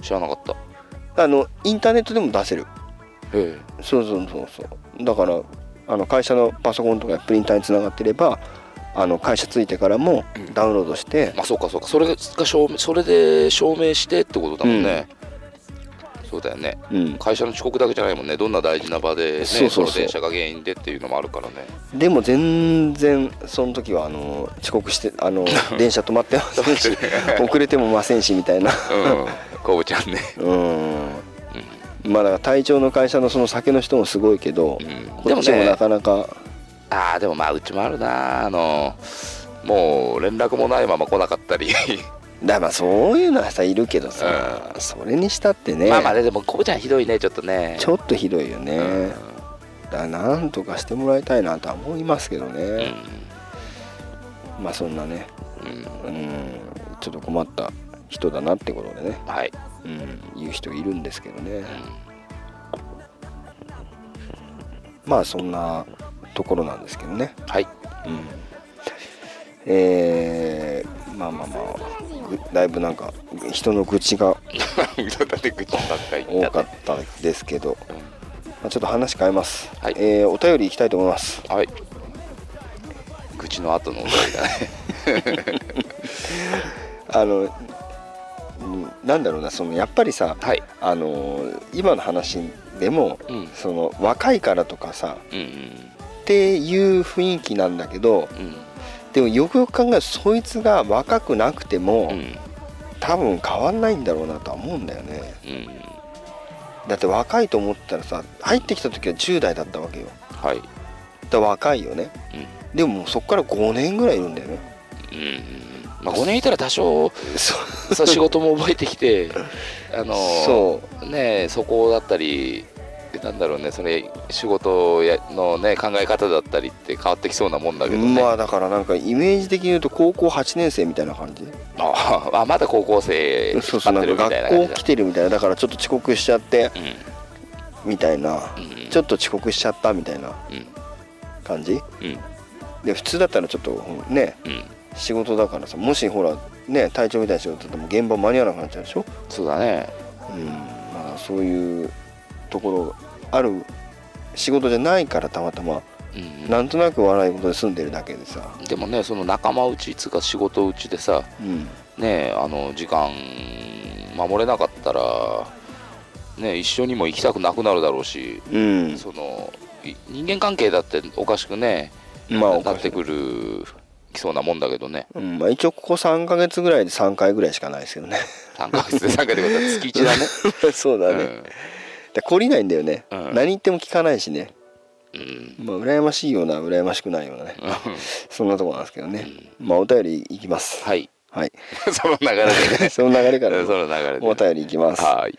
Speaker 4: ー知らなかったへ
Speaker 5: あのインターネットでも出せる
Speaker 4: え
Speaker 5: そうそうそうそうだからあの会社のパソコンとかプリンターにつながってればあの会社着いてからもダウンロードして、
Speaker 4: まあそうかそうかそれが証明それで証明してってことだもんね、そうだよね
Speaker 5: うん、
Speaker 4: 会社の遅刻だけじゃないもんねどんな大事な場で、ね、
Speaker 5: そうそうそう
Speaker 4: の電車が原因でっていうのもあるからね
Speaker 5: でも全然その時はあの遅刻してあ の電車止まってませんし遅れてもませんしみた いな
Speaker 4: うんこぶちゃんね
Speaker 5: うんまあだから隊長の会社のその酒の人もすごいけ
Speaker 4: ん
Speaker 5: ど、こっち
Speaker 4: でも
Speaker 5: も
Speaker 4: ね
Speaker 5: なかなか、
Speaker 4: ああでもまあうちもあるなあのもう連絡もないまま来なかったり
Speaker 5: だからまあそういうのはさいるけどさ、それにしたってね
Speaker 4: まあまあねでもこぶちゃんひどいねちょっとね
Speaker 5: ちょっとひどいよね、
Speaker 4: うん
Speaker 5: だからなんとかしてもらいたいなとは思いますけどね、まあそんなね
Speaker 4: うん
Speaker 5: うんちょっと困った人だなってことでね、
Speaker 4: はい
Speaker 5: うん、言う人いるんですけどね、まあそんなところなんですけどね、
Speaker 4: はい
Speaker 5: うん、えー、まあまあまあぐだいぶなんか人の愚痴が
Speaker 4: だって口ばっかり
Speaker 5: 多かったですけど、
Speaker 4: うん
Speaker 5: まあ、ちょっと話変えます、
Speaker 4: はい
Speaker 5: えーお便りいきたいと思います
Speaker 4: はい愚痴の後のお便りだね
Speaker 5: あのうんなんだろうなそのやっぱりさ、
Speaker 4: はい
Speaker 5: あのー今の話でも、
Speaker 4: うん
Speaker 5: その若いからとかさ
Speaker 4: うん
Speaker 5: っていう雰囲気なんだけど
Speaker 4: うんうん
Speaker 5: でもよくよく考えるとそいつが若くなくても、
Speaker 4: うん
Speaker 5: 多分変わんないんだろうなとは思うんだよね
Speaker 4: うん
Speaker 5: だって若いと思ったらさ入ってきた時は10代だったわけよ
Speaker 4: はい
Speaker 5: だから若いよね
Speaker 4: う
Speaker 5: でももうそっから5年ぐらいいるんだよね
Speaker 4: んうんまあ5年いたら多少
Speaker 5: そう
Speaker 4: そう仕事も覚えてきてあの
Speaker 5: そ
Speaker 4: ねえそこだったりなんだろうねそれ仕事やのね考え方だったりって変わってきそうなもんだけどね、
Speaker 5: まあだからなんかイメージ的に言うと高校8年生みたいな感じ
Speaker 4: ああまだ高校生
Speaker 5: そうそうなん
Speaker 4: るみ
Speaker 5: か
Speaker 4: たいな感
Speaker 5: 学
Speaker 4: じ
Speaker 5: 校
Speaker 4: だ
Speaker 5: 来てるみたいなだからちょっと遅刻しちゃって
Speaker 4: うん
Speaker 5: みたいな
Speaker 4: うん
Speaker 5: ちょっと遅刻しちゃったみたいな感じ
Speaker 4: うん
Speaker 5: で普通だったらちょっとね
Speaker 4: うんうん
Speaker 5: 仕事だからさもしほらね体調みたいな仕事だともう現場間に合わなくなっちゃうでしょ
Speaker 4: そうだね
Speaker 5: うんまあそういうところある仕事じゃないからたまたま
Speaker 4: うんうん
Speaker 5: なんとなく笑い事で住んでるだけでさ、
Speaker 4: でもねその仲間内つうか仕事内でさ
Speaker 5: うん、
Speaker 4: ねえあの時間守れなかったらねえ一緒にも行きたくなくなるだろうし
Speaker 5: うん、
Speaker 4: そのい人間関係だっておかしくね、
Speaker 5: まあお
Speaker 4: な
Speaker 5: か
Speaker 4: っ
Speaker 5: しい
Speaker 4: てくるきそうなもんだけどね
Speaker 5: うんまあ、一応ここ3ヶ月ぐらいで3回ぐらいしかないですけどね
Speaker 4: 3ヶ月で3回で月1だね
Speaker 5: そうだね、だ懲りないんだよね、
Speaker 4: うん
Speaker 5: 何言っても聞かないしね
Speaker 4: うん、うん
Speaker 5: まあ羨ましいような羨ましくないようなねそんなとこなんですけどね、まあお便りいきます
Speaker 4: はい
Speaker 5: はい、
Speaker 4: その流れでね
Speaker 5: その流れ
Speaker 4: そ
Speaker 5: から
Speaker 4: の流れで
Speaker 5: お便りいきます
Speaker 4: はい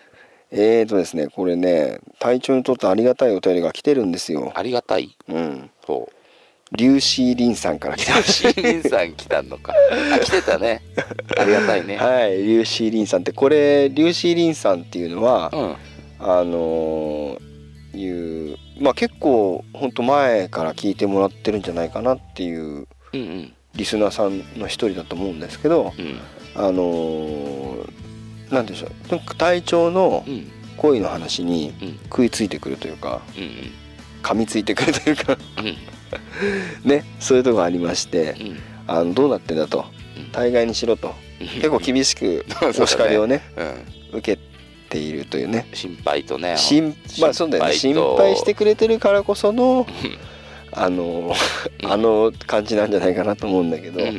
Speaker 5: えーとですねこれね体調にとってありがたいお便りが来てるんですよ
Speaker 4: ありがたい
Speaker 5: うん
Speaker 4: そう
Speaker 5: リュウシーリンさんから来てまし
Speaker 4: 新人さん来たのかあ来てたねありがたい ね、
Speaker 5: たはいリュウシーリンさんってこれリュウシーリンさんっていうのは、
Speaker 4: うん
Speaker 5: あのーいうまあ結構ほんと前から聞いてもらってるんじゃないかなっていう
Speaker 4: うんうん
Speaker 5: リスナーさんの一人だと思うんですけど
Speaker 4: うん
Speaker 5: あのーなんて言うんでしょうとにかく隊長の
Speaker 4: うん
Speaker 5: 恋の話に
Speaker 4: うん
Speaker 5: 食いついてくるというか
Speaker 4: うん
Speaker 5: 噛みついてくるというか
Speaker 4: うんうん
Speaker 5: ねそういうとこがありまして
Speaker 4: うん
Speaker 5: あのどうなってんだと
Speaker 4: うん
Speaker 5: 大概にしろと結構厳し くお叱りをね
Speaker 4: うん
Speaker 5: 受けているというね
Speaker 4: 心配とね
Speaker 5: 心まあそうだよね
Speaker 4: 心
Speaker 5: 心
Speaker 4: 配と
Speaker 5: 配してくれてるからこその
Speaker 4: うん
Speaker 5: あの
Speaker 4: うん
Speaker 5: あの感じなんじゃないかなと思うんだけど、
Speaker 4: うん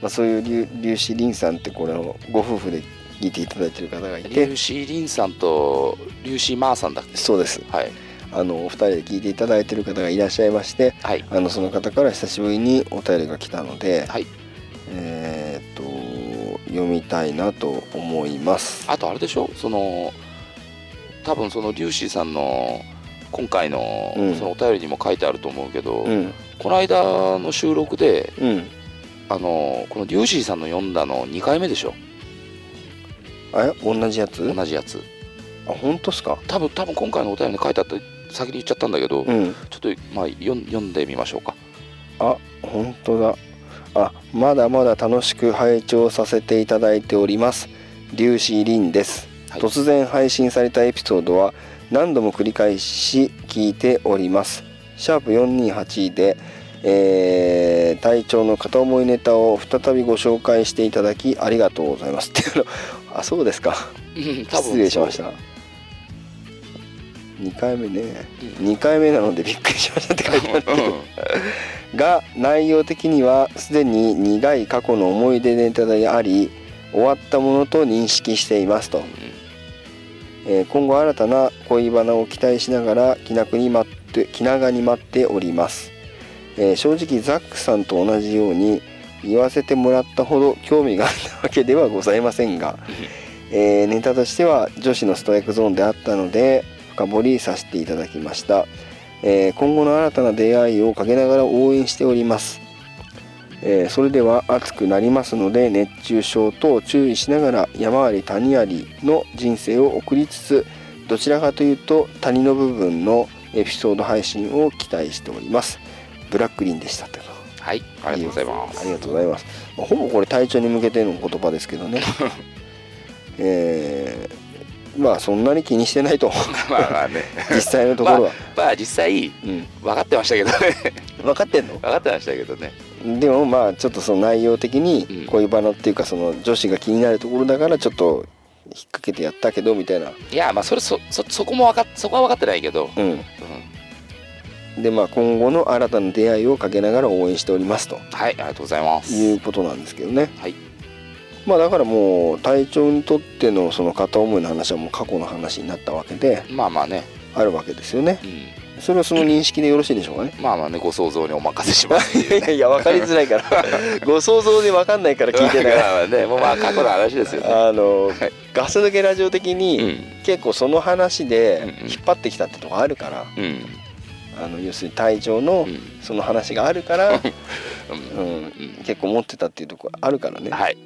Speaker 5: まあ、そういうりゅ粒子凛さんってこれをご夫婦で聞いていただいてる方がい
Speaker 4: リュ
Speaker 5: て
Speaker 4: ウシーリンさんとリュウシーマーさんだっけ
Speaker 5: そうです
Speaker 4: はい
Speaker 5: あのお二人で聞いていただいてる方がいらっしゃいまして
Speaker 4: はい
Speaker 5: あのその方から久しぶりにお便りが来たので、
Speaker 4: はい
Speaker 5: えーっと読みたいなと思います。
Speaker 4: あとあれでしょその多分そのリュウシーさんの今回の
Speaker 5: うん
Speaker 4: そのお便りにも書いてあると思うけど、
Speaker 5: うん
Speaker 4: この間の収録で
Speaker 5: うん、
Speaker 4: あのこのリュウシーさんの読んだの2回目でしょ
Speaker 5: あれ同じやつあ
Speaker 4: 同じやつ
Speaker 5: 本当っすか
Speaker 4: 多分多分今回のお便りに書いてあった先に言っちゃったんだけど、
Speaker 5: うん
Speaker 4: ちょっと、まあ、読ん読んでみましょうか
Speaker 5: あ本当だあまだまだ楽しく拝聴させていただいております粒子凛です、
Speaker 4: はい
Speaker 5: 突然配信されたエピソードは何度も繰り返し聞いておりますシャープ428で、えー、隊長の片思いネタを再びご紹介していただきありがとうございますっていうのあそうですか
Speaker 4: うん多分
Speaker 5: 失礼しました2回目ね2回目なのでびっくりしましたって書いてあるけ
Speaker 4: う
Speaker 5: ど
Speaker 4: ん
Speaker 5: が内容的にはすでに苦い過去の思い出ネタであり終わったものと認識していますと、えー今後新たな恋バナを期待しながら気長に待って気長に待っております、えー正直ザックさんと同じように言わせてもらったほど興味があったわけではございませんが、えーネタとしては女子のストライクゾーンであったので深掘りさせていただきましたえー今後の新たな出会いをかけながら応援しております、えーそれでは暑くなりますので熱中症等注意しながら山あり谷ありの人生を送りつつどちらかというと谷の部分のエピソード配信を期待しておりますブラックリンでしたってこと
Speaker 4: はい、ありがとうございます。
Speaker 5: ありがとうございます。まあほぼこれ体調に向けての言葉ですけ どね。えーまあそんなに気にしてないと
Speaker 4: まあまあね、
Speaker 5: 実際のところは、
Speaker 4: まあ実際
Speaker 5: うん、
Speaker 4: 分かってましたけどね、
Speaker 5: 分かってんの
Speaker 4: 分かってましたけどね。
Speaker 5: でもまあちょっとその内容的
Speaker 4: うん
Speaker 5: に恋バナっていうかその女子が気になるところだからちょっと引っ掛けてやったけどみたいな、
Speaker 4: いや、まあそれそそそこも分かっそこは分かってないけど、
Speaker 5: う
Speaker 4: うん
Speaker 5: ん、でまあ今後の新たな出会いをかけながら応援しておりますと
Speaker 4: はい、ありがとうございます。
Speaker 5: いうことなんですけどね、
Speaker 4: はい
Speaker 5: まあだからもう隊長にとってのその片思いの話はもう過去の話になったわけで、
Speaker 4: まあまあね、
Speaker 5: あるわけですよね
Speaker 4: うん、
Speaker 5: それはその認識でよろしいでしょうかね
Speaker 4: まあまあね、ご想像にお任せします。
Speaker 5: いやいや分かりづらいから ご想像で分かんないから 聞いて
Speaker 4: だ
Speaker 5: な
Speaker 4: か
Speaker 5: い
Speaker 4: らまあね、もうまあ過去の話ですよね。
Speaker 5: あの、
Speaker 4: はい
Speaker 5: ガス抜けラジオ的
Speaker 4: う
Speaker 5: に
Speaker 4: ん、
Speaker 5: 結構その話
Speaker 4: うん
Speaker 5: で
Speaker 4: うん
Speaker 5: 引っ張ってきたってとこあるから、
Speaker 4: うん、
Speaker 5: あの要するに隊長の
Speaker 4: うん
Speaker 5: その話があるから、
Speaker 4: うん、
Speaker 5: うん、結構持ってたっていうとこあるからね、
Speaker 4: はい、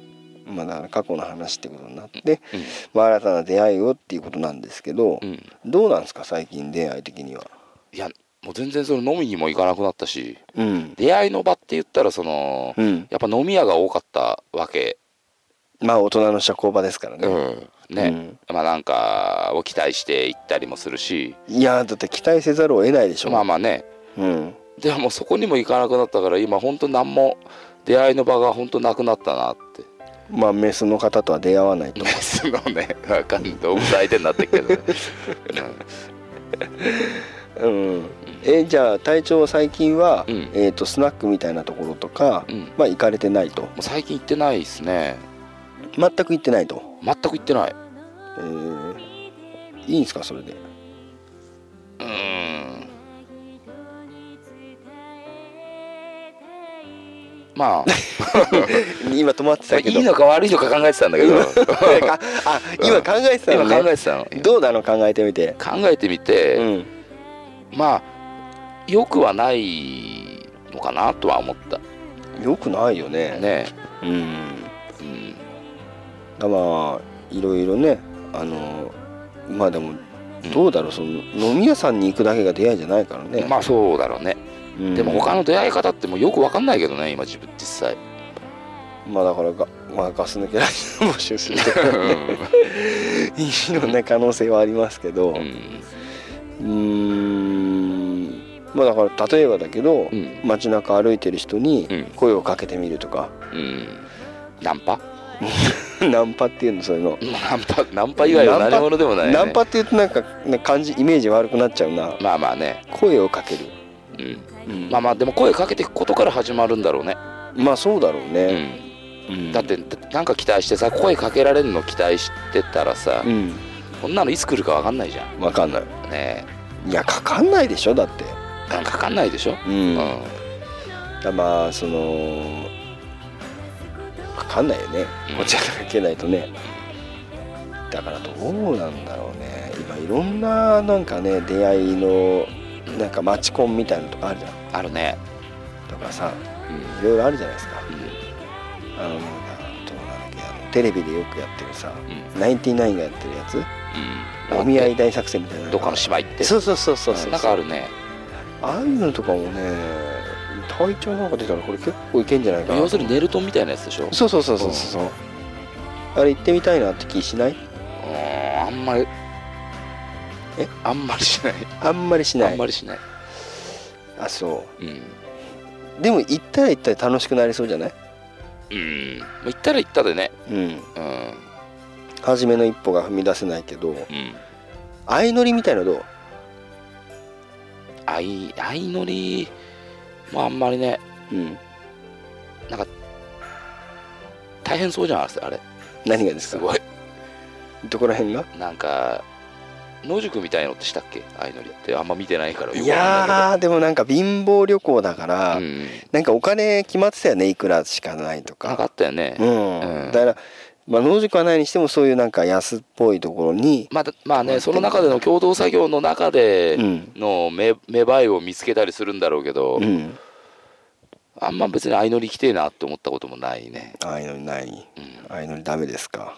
Speaker 5: まあ、だから過去の話ってことになって、
Speaker 4: うん
Speaker 5: まあ、新たな出会いをっていうことなんですけど、
Speaker 4: うん、
Speaker 5: どうなんですか最近出会い的には。
Speaker 4: いや、もう全然その飲みにも行かなくなったし、
Speaker 5: うん
Speaker 4: 出会いの場って言ったらその、
Speaker 5: うん、
Speaker 4: やっぱ飲み屋が多かったわけ。
Speaker 5: まあ大人の社交場ですからね。
Speaker 4: うん、ね、まあなんかを期待して行ったりもするし
Speaker 5: いやーだって期待せざるを得ないでしょ。
Speaker 4: まあまあね
Speaker 5: うん、
Speaker 4: でもそこにも行かなくなったから今本当何も出会いの場が本当なくなったなって
Speaker 5: まあメスの方とは出会わないと。
Speaker 4: すごいねわかんない動物相手になってるけどね、
Speaker 5: うん、えじゃあ隊長は最近は、
Speaker 4: うん
Speaker 5: えっ、とスナックみたいなところとか、
Speaker 4: うん、も
Speaker 5: まあ行かれてないと
Speaker 4: う最近行ってないですね
Speaker 5: 全く行ってないと。
Speaker 4: 全く行ってない
Speaker 5: えーいいんですかそれで。
Speaker 4: うーん まあ
Speaker 5: 今止まってたけ
Speaker 4: い
Speaker 5: ど。
Speaker 4: いのか悪いのか考えてたんだけど
Speaker 5: ああ今考えてたの
Speaker 4: 今
Speaker 5: ね。
Speaker 4: 考えてたの
Speaker 5: どうなの考えてみて。
Speaker 4: 考えてみて、
Speaker 5: うん。
Speaker 4: まあよくはないのかなとは思った
Speaker 5: よくないよね。
Speaker 4: ね、
Speaker 5: うん。
Speaker 4: うん、
Speaker 5: だまあいろいろねあのまあでもどうだろうその飲み屋さんに行くだけが出会いじゃないからね、
Speaker 4: まあそうだろうね、
Speaker 5: うん
Speaker 4: でも他の出会い方ってもうよくわかんないけどね今自分実際
Speaker 5: まあだからが、まあ、ガス抜けラジオ募集するとかねいろんな可能性はありますけど
Speaker 4: う
Speaker 5: うんーんまあだから例えばだけど、
Speaker 4: うん
Speaker 5: 街中歩いてる人に
Speaker 4: うん
Speaker 5: 声をかけてみるとか、
Speaker 4: うんナンパ、
Speaker 5: ナンパっていうのそういうの、
Speaker 4: ナンパナンパ以外は何者でもない、ね、
Speaker 5: ナンパっていうとなんかね感じイメージ悪くなっちゃうな
Speaker 4: まあまあね、
Speaker 5: 声をかける、
Speaker 4: うん、
Speaker 5: うん
Speaker 4: まあまあでも声かけていくことから始まるんだろうね、
Speaker 5: まあそうだろう
Speaker 4: う
Speaker 5: ね、
Speaker 4: ん、
Speaker 5: うん
Speaker 4: だってなんか期待してさ声かけられるの期待してたらさ、
Speaker 5: うん
Speaker 4: こんなのいつ来るかわかんないじゃん
Speaker 5: わかんない
Speaker 4: ね
Speaker 5: いやかかんないでしょだって
Speaker 4: えなんかかんないでしょ、
Speaker 5: うん
Speaker 4: う
Speaker 5: だ
Speaker 4: ん
Speaker 5: まあそのかかんないよね
Speaker 4: うん
Speaker 5: こっちからかけないとねだからどうなんだろうね今いろんななんかね出会いのなんかマチコンみたいなのとかあるじゃん
Speaker 4: あるね、
Speaker 5: とかさ
Speaker 4: うん
Speaker 5: いろいろあるじゃないですか
Speaker 4: う
Speaker 5: あのなんかどうなんだっけあのテレビでよくやってるさ
Speaker 4: んうん
Speaker 5: ナインティナインがやってるやつ
Speaker 4: うん
Speaker 5: お見合い大作戦みたいな
Speaker 4: どっかの島行って
Speaker 5: そうそうそうそうそう
Speaker 4: なんかあるね
Speaker 5: ああいうのとかもね体調なんか出たらこれ結構いけんじゃないかな
Speaker 4: 要するにネルトンみたいなやつでしょう
Speaker 5: そうそうそうそうそうそうあれ行ってみたいなって気しない
Speaker 4: ーんあんまり
Speaker 5: え
Speaker 4: あんまりしない
Speaker 5: あんまりしな
Speaker 4: あ
Speaker 5: い
Speaker 4: んまりしない、
Speaker 5: あそ
Speaker 4: うん
Speaker 5: うでも行ったら行ったら楽しくなりそうじゃない
Speaker 4: うんまあ行ったら行ったでね
Speaker 5: うん
Speaker 4: うん
Speaker 5: 初めの一歩が踏み出せないけど
Speaker 4: うん
Speaker 5: 相乗りみたいなのどう
Speaker 4: 相相乗りまああんまりね
Speaker 5: うん
Speaker 4: 大変そうじゃんあれあれ
Speaker 5: 何がです
Speaker 4: す
Speaker 5: か
Speaker 4: ごい
Speaker 5: どこら辺が
Speaker 4: なんか野宿みたいのってしたっけ相乗りってあんま見てないからよ
Speaker 5: い
Speaker 4: くわかんない
Speaker 5: やーでもなんか貧乏旅行だから、
Speaker 4: けどうん
Speaker 5: なんかお金決まってたよねいくらしかないと
Speaker 4: なんか
Speaker 5: か
Speaker 4: あったよね
Speaker 5: うん、
Speaker 4: うん
Speaker 5: だからまあ、野宿はないにしてもそういうなんか安っぽいところに、
Speaker 4: まあ、だまあね、その中での共同作業の中で
Speaker 5: うん
Speaker 4: の芽芽生えを見つけたりするんだろうけど、
Speaker 5: うん、
Speaker 4: あんま別に相乗り来てえなって思ったこともないね。
Speaker 5: ああいうのにない
Speaker 4: うん
Speaker 5: ああいうのにダメですか、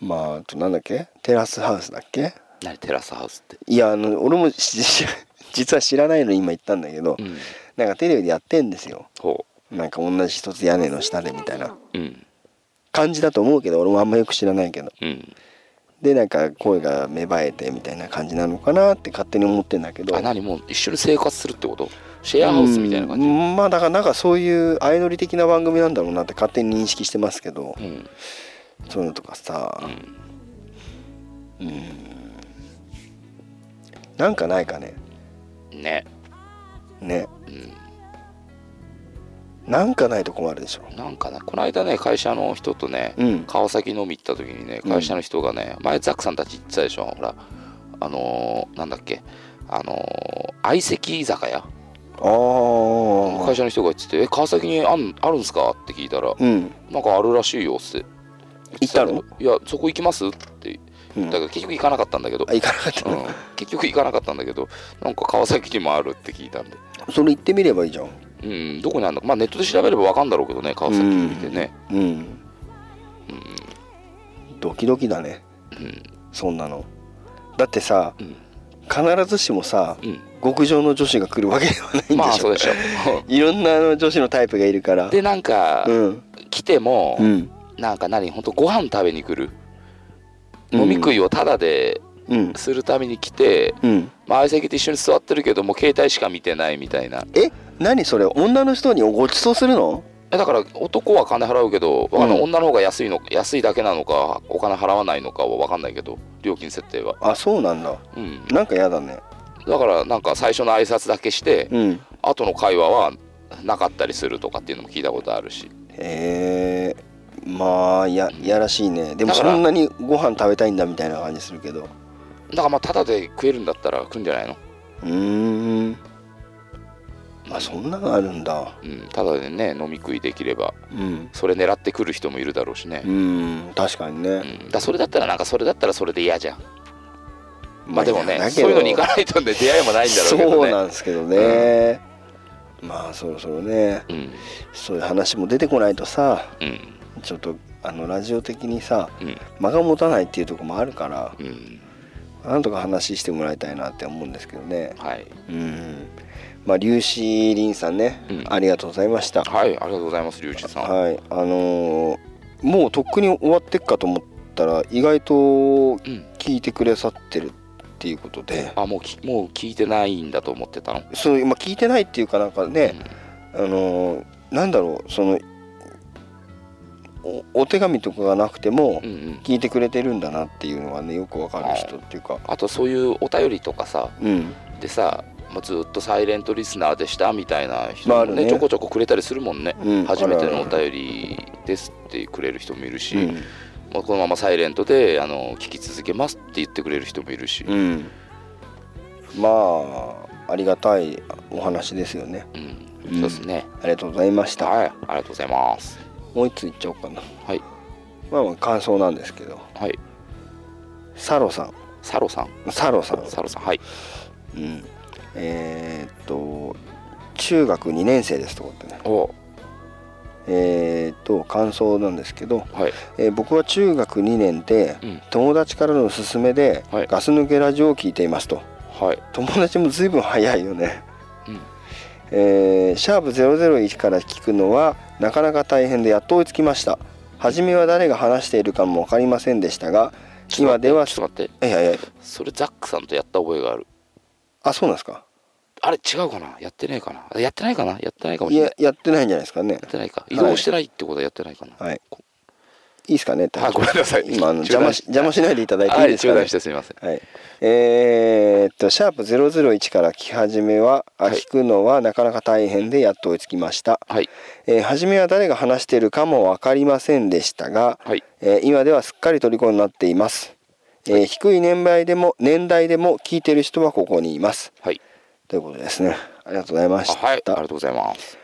Speaker 5: まああとなんだっけテラスハウスだっけ
Speaker 4: 何テラスハウスって。
Speaker 5: いやあの俺もし実は知らないの今言ったんだけど、
Speaker 4: うん。
Speaker 5: なんかテレビでやってんですよ
Speaker 4: ほ
Speaker 5: なんか同じ一つ屋根の下でみたいな
Speaker 4: う。うん。
Speaker 5: 感じだと思うけど俺もあんまよく知らないけど
Speaker 4: うん。
Speaker 5: でなんか声が芽生えてみたいな感じなのかなって勝手に思ってんだけど
Speaker 4: あ、何もう一緒に生活するってことシェアハウスみたいな感じ。
Speaker 5: うんまあだからなんかそういう相乗り的な番組なんだろうなって勝手に認識してますけど
Speaker 4: うん。
Speaker 5: そういうのとかさ
Speaker 4: ん
Speaker 5: うんなんかないかね
Speaker 4: ね。
Speaker 5: ね
Speaker 4: うん。
Speaker 5: なんかないと困るでしょ
Speaker 4: なんかな、この間ね、会社の人とね、
Speaker 5: うん
Speaker 4: 川崎飲み行った時にね、会社の人がね、前、ザックさんたち行ってたでしょ、ほら、あのーなんだっけ、あのー相席居酒屋、
Speaker 5: ああ
Speaker 4: 会社の人が言ってて、え、川崎にあんあるんすかって聞いたら、
Speaker 5: うん
Speaker 4: なんかあるらしいよって言けど
Speaker 5: 行っ
Speaker 4: いや、そこ行きますって、
Speaker 5: う
Speaker 4: だ
Speaker 5: ん
Speaker 4: から結局行かなかったんだけど
Speaker 5: あ、行かなかった
Speaker 4: う、
Speaker 5: なん
Speaker 4: 結局行かなかったんだけど、なんか川崎にもあるって聞いたんで、
Speaker 5: それ行ってみればいいじゃん
Speaker 4: うん、どこにあるのか、まあ、ネットで調べれば分かるんだろうけどね、川崎見てね。
Speaker 5: うんドキドキだね
Speaker 4: うん
Speaker 5: そんなのだってさ
Speaker 4: うん
Speaker 5: 必ずしもさ
Speaker 4: うん
Speaker 5: 極上の女子が来るわけではないんでしょ、
Speaker 4: まあそうでし ょ
Speaker 5: いろんなあの女子のタイプがいるから
Speaker 4: でなんか、
Speaker 5: うん
Speaker 4: 来ても、
Speaker 5: うん
Speaker 4: なんか何本当ご飯食べに来る、
Speaker 5: うん
Speaker 4: 飲み食いをタダで
Speaker 5: うん
Speaker 4: するために来て、
Speaker 5: うん
Speaker 4: まあ、相席と一緒に座ってるけどもう携帯しか見てないみたいな
Speaker 5: え何それ女の人にごちそうするの
Speaker 4: えだから男は金払うけど、わかんない
Speaker 5: うん
Speaker 4: 女の方が安いの安いだけなのかお金払わないのかは分かんないけど料金設定は、
Speaker 5: あそうなんだ
Speaker 4: うん、
Speaker 5: なんかやだね
Speaker 4: だからなんか最初の挨拶だけして、
Speaker 5: うん
Speaker 4: 後の会話はなかったりするとかっていうのも聞いたことあるし
Speaker 5: へえまあややらしいねでも
Speaker 4: だから
Speaker 5: そんなにご飯食べたいんだみたいな感じするけど
Speaker 4: だからまあタダで食えるんだったら食うんじゃないの
Speaker 5: うーんあそんなのあるんだ
Speaker 4: うん、ただでね飲み食いできれば
Speaker 5: うん
Speaker 4: それ狙ってくる人もいるだろうしね
Speaker 5: う、ん確かに
Speaker 4: うん
Speaker 5: ね
Speaker 4: だそれだったらなんかそれだったらそれで嫌じゃんまあでもね
Speaker 5: いやだけ
Speaker 4: そう
Speaker 5: ど
Speaker 4: いうのに行かないとね出会いもないんだろうけど
Speaker 5: そう
Speaker 4: ね
Speaker 5: なんですけどね、まあそろそろね
Speaker 4: うん
Speaker 5: そういう話も出てこないとさ
Speaker 4: うん
Speaker 5: ちょっとあのラジオ的にさ
Speaker 4: うん
Speaker 5: 間が持たないっていうところもあるから
Speaker 4: うん
Speaker 5: なんとか話してもらいたいなって思うんですけどね
Speaker 4: はい
Speaker 5: うんまあ粒子凛さんね、
Speaker 4: うん
Speaker 5: ありがとうございました
Speaker 4: はいありがとうございます龍一さん、
Speaker 5: はいあのーもうとっくに終わってっかと思ったら意外と聞いてくださってるっていうことで、
Speaker 4: あもうきもう聞いてないんだと思ってたの
Speaker 5: そう今聞いてないっていうかなんかね、あのーなんだろうそのおお手紙とかがなくても
Speaker 4: うんうん
Speaker 5: 聞いてくれてるんだなっていうのがねよくわかる人っていうか、
Speaker 4: あとそういうお便りとかさ
Speaker 5: うん
Speaker 4: でさもうずっとサイレントリスナーでしたみたいな人
Speaker 5: まああ
Speaker 4: も
Speaker 5: る
Speaker 4: ね,、
Speaker 5: ね
Speaker 4: ちょこちょこくれたりするもんね、
Speaker 5: うん
Speaker 4: 初めての
Speaker 5: あ
Speaker 4: お
Speaker 5: るある
Speaker 4: 便りですってくれる人もいるし、
Speaker 5: うん
Speaker 4: まあ、このままサイレントであの聞き続けますって言ってくれる人もいるし、
Speaker 5: うん、まあありがたいお話ですよね
Speaker 4: うん
Speaker 5: うん
Speaker 4: そうですね、
Speaker 5: ありがとうございました、
Speaker 4: はいありがとうございます
Speaker 5: もう一ついっちゃおうかな
Speaker 4: はい
Speaker 5: まあまあ感想なんですけど
Speaker 4: はい
Speaker 5: サロさ
Speaker 4: サロさん
Speaker 5: んサロさん
Speaker 4: サロさんはい
Speaker 5: うん、えーっと中学2年生ですとかってね
Speaker 4: お
Speaker 5: えーっと感想なんですけど、
Speaker 4: はい
Speaker 5: えー僕は中学2年で、
Speaker 4: うん
Speaker 5: 友達からの勧めで、
Speaker 4: はい
Speaker 5: ガス抜けラジオを聞いていますと
Speaker 4: はい
Speaker 5: 友達も随分早いよね、
Speaker 4: うん
Speaker 5: えーシャープ001から聞くのはなかなか大変でやっと追いつきました初めは誰が話しているかも分かりませんでしたが今では
Speaker 4: ちょっと待って
Speaker 5: いやいやいや
Speaker 4: それザックさんとやった覚えがある
Speaker 5: あそうなんですか
Speaker 4: あれ違うかなやってないかなあやってないかなやってないかも
Speaker 5: い
Speaker 4: しれな
Speaker 5: や
Speaker 4: い
Speaker 5: やってないんじゃないですかね
Speaker 4: やってないか
Speaker 5: い
Speaker 4: 移動してないってことはやってないかな、
Speaker 5: はい。いいですかね。
Speaker 4: あごめんなさい
Speaker 5: 今あの邪魔し邪魔しないでいただいていい
Speaker 4: は
Speaker 5: で
Speaker 4: い
Speaker 5: す
Speaker 4: 中
Speaker 5: かね。
Speaker 4: 断してすみません
Speaker 5: はい。えーっとシャープゼロゼロ一から聞き始めは、あ
Speaker 4: はい
Speaker 5: 聞くのはなかなか大変でやっと追いつきました。
Speaker 4: はい
Speaker 5: えー初めは誰が話しているかもわかりませんでしたが、
Speaker 4: はい
Speaker 5: えー今ではすっかり虜になっています。えー低い年代でも年代でも聞いてる人はここにいます
Speaker 4: はい
Speaker 5: ということですね。ありがとうございま
Speaker 4: あ
Speaker 5: した。
Speaker 4: はいありがとうございます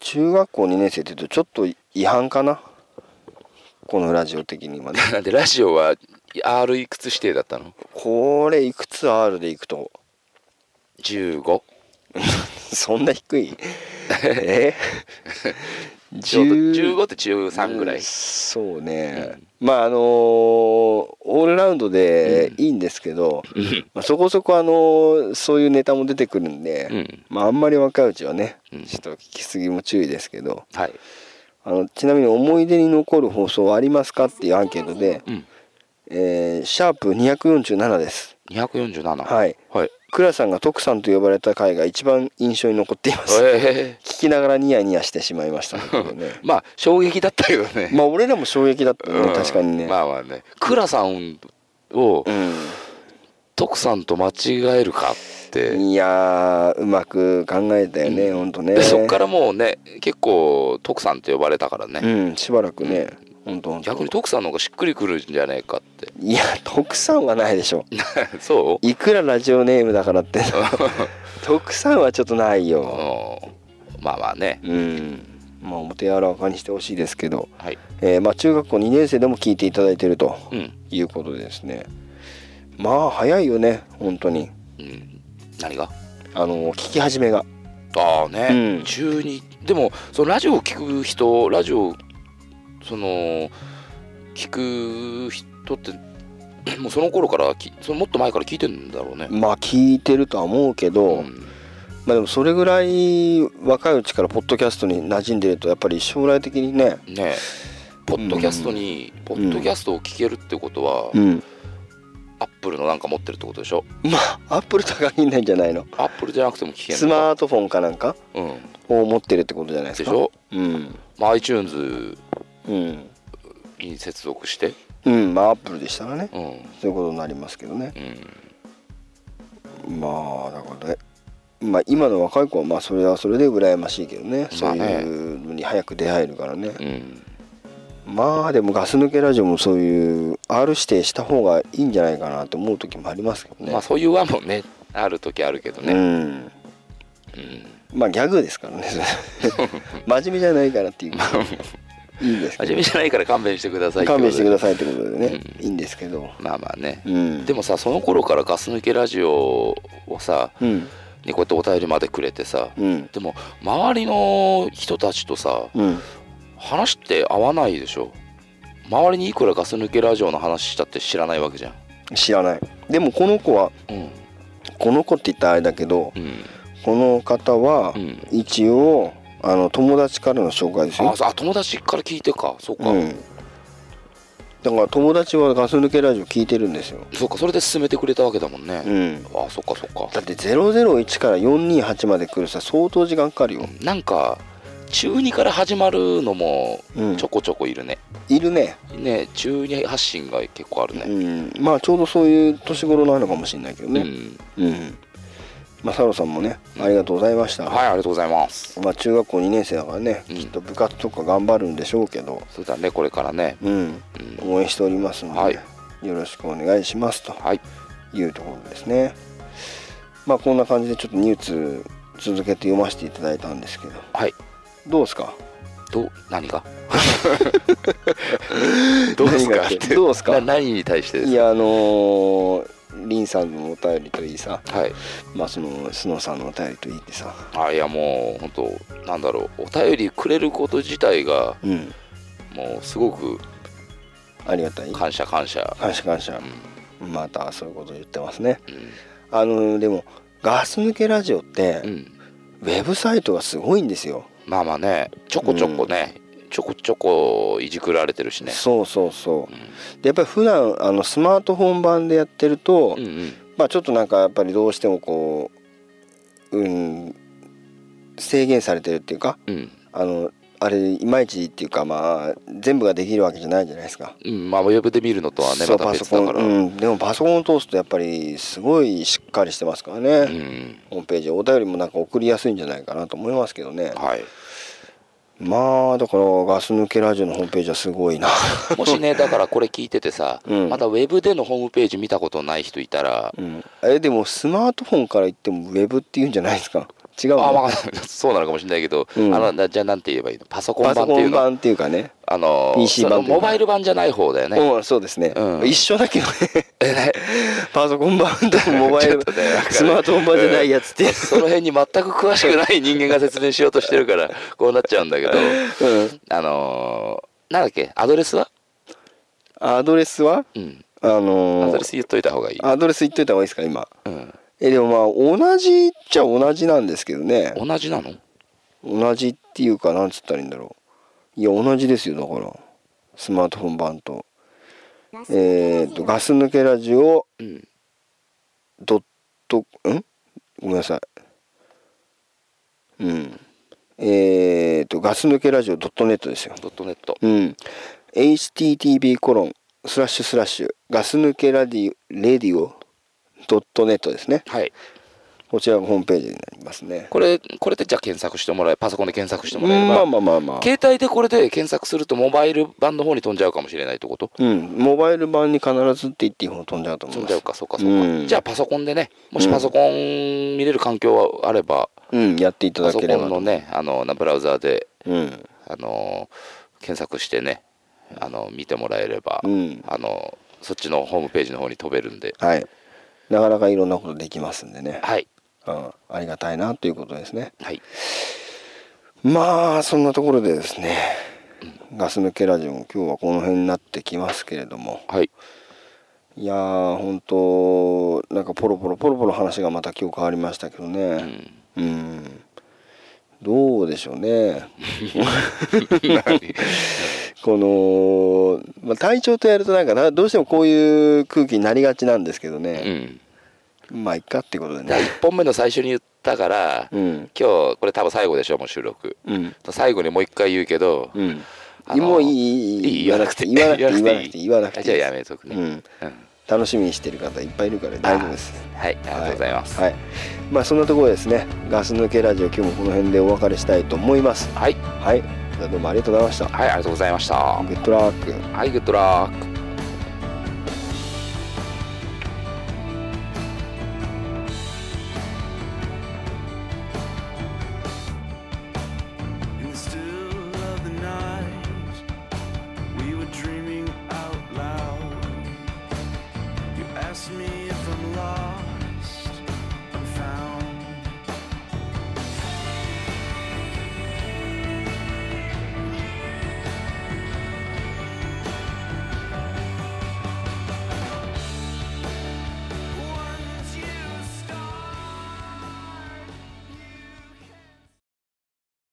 Speaker 5: 中学校2年生って言うとちょっと違反かなこのラジオ的に はね
Speaker 4: なんでラジオは R いくつ指定だったの
Speaker 5: これいくつ R でいくと
Speaker 4: ?15
Speaker 5: そんな低 いえ
Speaker 4: ちょうど
Speaker 5: 10
Speaker 4: 15って13ぐら
Speaker 5: う
Speaker 4: い
Speaker 5: ん、そうね、まああのーオールラウンドでいいんですけど、
Speaker 4: うん
Speaker 5: まあ、そこそこあのーそういうネタも出てくるんで、
Speaker 4: うん
Speaker 5: まああんまり若いうちはね
Speaker 4: うん
Speaker 5: ちょっと聞きすぎも注意ですけど
Speaker 4: はい
Speaker 5: あのちなみに思い出に残る放送はありますかっていうアンケートで、
Speaker 4: うん
Speaker 5: えーシャープ247です
Speaker 4: 247は
Speaker 5: はい
Speaker 4: はい
Speaker 5: 倉さんが徳さんと呼ばれた回が一番印象に残っています、
Speaker 4: え
Speaker 5: 聞きながらニヤニヤしてしまいましたけどね
Speaker 4: ーまあ衝撃だったけどね
Speaker 5: まあ俺らも衝撃だったね、
Speaker 4: うん
Speaker 5: 確かにね、
Speaker 4: まあまあね倉さんを
Speaker 5: うん
Speaker 4: 徳さんと間違えるかって
Speaker 5: いやーうまく考えたよね、ほんとね
Speaker 4: でそっからもうね結構徳さんって呼ばれたからね、
Speaker 5: うんしばらくね、ほんとほんと
Speaker 4: 逆に徳さんの方がしっくりくるんじゃねえかって
Speaker 5: いや徳さんはないでしょ
Speaker 4: そう
Speaker 5: いくらラジオネームだからって 徳さんはちょっとないよ
Speaker 4: うんまあまあね
Speaker 5: うんまあ表柔らかにしてほしいですけど、
Speaker 4: はい
Speaker 5: えーまあ中学校2年生でも聞いていただいてると
Speaker 4: うん、
Speaker 5: いうことですねまあ早いよね本当に
Speaker 4: うん、何が
Speaker 5: あの聞き始めが
Speaker 4: ああね、
Speaker 5: うん
Speaker 4: 中にでもそのラジオを聞く人ラジオその聞く人って もうその頃からきそのもっと前から聞いてんだろうね、
Speaker 5: まあ聞いてるとは思うけど、
Speaker 4: うん
Speaker 5: まあでもそれぐらい若いうちからポッドキャストに馴染んでるとやっぱり将来的にね
Speaker 4: ねえポッドキャストに、ポッドキャストを聞けるってことは、
Speaker 5: うん
Speaker 4: アップルのなんか持ってるってことでしょ
Speaker 5: まあアップルとか限らないんじゃないの
Speaker 4: アップルじゃなくても聞ける
Speaker 5: スマートフォンかなんか
Speaker 4: うん
Speaker 5: を持ってるってことじゃないです
Speaker 4: でし
Speaker 5: か
Speaker 4: ょ、
Speaker 5: うん
Speaker 4: まあ、iTunes
Speaker 5: うん
Speaker 4: に接続して
Speaker 5: うんまあアップルでしたらね
Speaker 4: うん
Speaker 5: そういうことになりますけどね
Speaker 4: うん
Speaker 5: まあだからねまあ今の若い子はまあそれはそれで羨ましいけどね
Speaker 4: ま
Speaker 5: そ
Speaker 4: あ
Speaker 5: う
Speaker 4: ね
Speaker 5: いうのに早く出会えるからね
Speaker 4: うん
Speaker 5: まあでもガス抜けラジオもそういう R 指定した方がいいんじゃないかなと思う時もありますけどね
Speaker 4: まあそういう案もねある時あるけどね、
Speaker 5: うん
Speaker 4: うん
Speaker 5: まあギャグですからね それ真面目じゃないからっていういいんですけ
Speaker 4: 真面目じゃないから勘弁してくだ さい
Speaker 5: ど勘弁してくださいって
Speaker 4: という
Speaker 5: ことでね、いいんですけど
Speaker 4: ことでまあまあね、
Speaker 5: うん
Speaker 4: でもさその頃からガス抜けラジオをさ、
Speaker 5: うん
Speaker 4: ね、こうやってお便りまでくれてさ、
Speaker 5: うん
Speaker 4: でも周りの人たちとさ
Speaker 5: うん
Speaker 4: 話って合わないでしょ周りにいくらガス抜けラジオの話したって知らないわけじゃん
Speaker 5: 知らないでもこの子は
Speaker 4: うん
Speaker 5: この子って言ったらあれだけど
Speaker 4: うん
Speaker 5: この方は
Speaker 4: うん
Speaker 5: 一応あの友達からの紹介ですよ
Speaker 4: あ、そうあ友達から聞いてかそうか、
Speaker 5: うん、だから友達はガス抜けラジオ聞いてるんですよ、
Speaker 4: そうかそれで進めてくれたわけだもんね、
Speaker 5: うん、
Speaker 4: あそっかそっか
Speaker 5: だって001から428まで来るさ相当時間かかるよ、
Speaker 4: なんか中2から始まるのも
Speaker 5: うん
Speaker 4: ちょこちょこいるね、
Speaker 5: いるね
Speaker 4: ね中2発信が結構あるね、
Speaker 5: うん、まあちょうどそういう年頃なのかもしれないけど
Speaker 4: う
Speaker 5: ね
Speaker 4: ん
Speaker 5: うん、まあサロさんもねありがとうございました、
Speaker 4: はいありがとうございます
Speaker 5: まあ中学校2年生だからね、
Speaker 4: うん
Speaker 5: きっと部活とか頑張るんでしょうけど
Speaker 4: そうだねこれからね
Speaker 5: うん
Speaker 4: うん
Speaker 5: 応援しておりますので、
Speaker 4: はい
Speaker 5: よろしくお願いしますと
Speaker 4: はい
Speaker 5: いうところですねまあこんな感じでちょっとニュース続けて読ませていただいたんですけど
Speaker 4: はい
Speaker 5: どうですか
Speaker 4: どう何がどうです
Speaker 5: 何が
Speaker 4: か
Speaker 5: って
Speaker 4: って
Speaker 5: どうですか
Speaker 4: な何に対してです
Speaker 5: いやあのー、リンさんのお便りといいさ
Speaker 4: はい
Speaker 5: まあそのスノーさんのお便りといいってさ
Speaker 4: あいやもう本当なんだろうお便りくれること自体が
Speaker 5: うん
Speaker 4: もうすごく
Speaker 5: ありがたい
Speaker 4: 感謝感謝
Speaker 5: 感謝感謝
Speaker 4: う、
Speaker 5: またそういうこと言ってますね
Speaker 4: うん
Speaker 5: あのでもガス抜けラジオって、
Speaker 4: うん、
Speaker 5: ウェブサイトがすごいんですよ、
Speaker 4: まあまあねちょこちょこね、ちょこちょこいじくられてるしね
Speaker 5: そうそうそうでやっぱり普段あのスマートフォン版でやってると、
Speaker 4: うんうん
Speaker 5: まあちょっとなんかやっぱりどうしてもこううん制限されてるっていうか
Speaker 4: うん
Speaker 5: あのあれいまいちっていうかまあ全部ができるわけじゃないじゃないですか。
Speaker 4: うん、まあウェブで見るのとはねま
Speaker 5: そう
Speaker 4: た
Speaker 5: パソ
Speaker 4: 別
Speaker 5: コ
Speaker 4: だ
Speaker 5: ン、
Speaker 4: から、
Speaker 5: うん、でもパソコンを通すとやっぱりすごいしっかりしてますからね、
Speaker 4: うん
Speaker 5: ホームページお便りもなんか送りやすいんじゃないかなと思いますけどね
Speaker 4: はい、
Speaker 5: まあだからガス抜けラジオのホームページはす ごいな
Speaker 4: もしねだからこれ聞いててさ、
Speaker 5: うん
Speaker 4: まだウェブでのホームページ見たことない人いたら、
Speaker 5: うんえでもスマートフォンから言ってもウェブっていうんじゃないですか違う
Speaker 4: あ
Speaker 5: の
Speaker 4: わかんない そうなのかもしれないけど、
Speaker 5: うん
Speaker 4: あのなじゃあなんて言えばいいのパソコン
Speaker 5: パ
Speaker 4: 版
Speaker 5: ソ
Speaker 4: って
Speaker 5: コ
Speaker 4: いう
Speaker 5: ン
Speaker 4: の
Speaker 5: 版っていうかね
Speaker 4: あの
Speaker 5: PC 版
Speaker 4: その
Speaker 5: っていうの
Speaker 4: モバイル版じゃない方だよね、
Speaker 5: うんそうですね、
Speaker 4: うん
Speaker 5: 一緒だけどね パソコン版とモバイル
Speaker 4: ちょっとねわかる
Speaker 5: スマートフォン版じゃないやつって
Speaker 4: その辺に全く詳しくない人間が説明しようとしてる からこうなっちゃうんだけど
Speaker 5: うん
Speaker 4: あのーなんだっけアドレスは
Speaker 5: アドレスは
Speaker 4: うん
Speaker 5: あのー
Speaker 4: アドレス言っといた方がいい、
Speaker 5: アドレス言っといた方がいいですか今
Speaker 4: うん、
Speaker 5: えでもまあ同じっちゃ同じなんですけどね
Speaker 4: 同じなの
Speaker 5: 同じっていうかなんつったらいいんだろういや同じですよだからスマートフォン版とえっ、とガス抜けラジオ
Speaker 4: うん
Speaker 5: ドットんごめんなさいうんえっ、とガス抜けラジオドットネットですよ
Speaker 4: ドットネット
Speaker 5: うん。http コロンスラッシュスラッシュガス抜けラディレディオドットネットですね。
Speaker 4: はい
Speaker 5: こちらがホームページになりますね。
Speaker 4: これこれでじゃあ検索してもらえパソコンで検索してもらえれば、
Speaker 5: まあまあまあまあ。
Speaker 4: 携帯でこれで検索するとモバイル版の方に飛んじゃうかもしれないってこと
Speaker 5: うん。モバイル版に必ずって言っていい方飛んじゃうと思い
Speaker 4: 飛ん
Speaker 5: ま
Speaker 4: じゃ
Speaker 5: す
Speaker 4: う。かそうかそうか、
Speaker 5: うん
Speaker 4: じゃあパソコンでねもしパソコン見れる環境があれば、
Speaker 5: うん。やっていた
Speaker 4: パ
Speaker 5: だ
Speaker 4: ソ
Speaker 5: け
Speaker 4: コ
Speaker 5: れ
Speaker 4: ン
Speaker 5: ば
Speaker 4: の
Speaker 5: と。
Speaker 4: ねあのなブラウザーで、
Speaker 5: うん。
Speaker 4: あの検索してねあの見てもらえれば、
Speaker 5: うん。
Speaker 4: あのそっちのホームページの方に飛べるんで
Speaker 5: はい。なかなかいろんなことできますんでね。
Speaker 4: はい
Speaker 5: うん。ありがたいなということですね。
Speaker 4: はい
Speaker 5: まあそんなところでですね。ガス抜けラジオも今日はこの辺になってきますけれども。
Speaker 4: はい
Speaker 5: いやー本当なんかポロポロポロポロ話がまた今日変わりましたけど
Speaker 4: う
Speaker 5: ね
Speaker 4: ん
Speaker 5: うんどうでしょうねこの、まあ、体調とやるとなんかなどうしてもこういう空気になりがちなんですけど
Speaker 4: う
Speaker 5: ね、
Speaker 4: ん
Speaker 5: まあいっかってことで
Speaker 4: だから
Speaker 5: ね
Speaker 4: 1本目の最初に言ったから、
Speaker 5: うん
Speaker 4: 今日これ多分最後でしょもう収録
Speaker 5: うん
Speaker 4: 最後にもう一回言うけど、
Speaker 5: うん
Speaker 4: あの
Speaker 5: もういいいいいい
Speaker 4: 言わ
Speaker 5: 言わ
Speaker 4: な
Speaker 5: な
Speaker 4: く
Speaker 5: く
Speaker 4: て
Speaker 5: て言わなくて言わなくて言わなくていい
Speaker 4: じゃあ
Speaker 5: です
Speaker 4: やめとくね、
Speaker 5: うん
Speaker 4: うん
Speaker 5: 楽しみにしてる方いっぱいいるから大丈夫です
Speaker 4: はいありがとうございます
Speaker 5: はい、まあそんなところですねガス抜けラジオ今日もこの辺でお別れしたいと思います
Speaker 4: はい、
Speaker 5: はいじゃあどうもありがとうございました
Speaker 4: はい、ありがとうございましたは
Speaker 5: グッドラック
Speaker 4: いグッドラック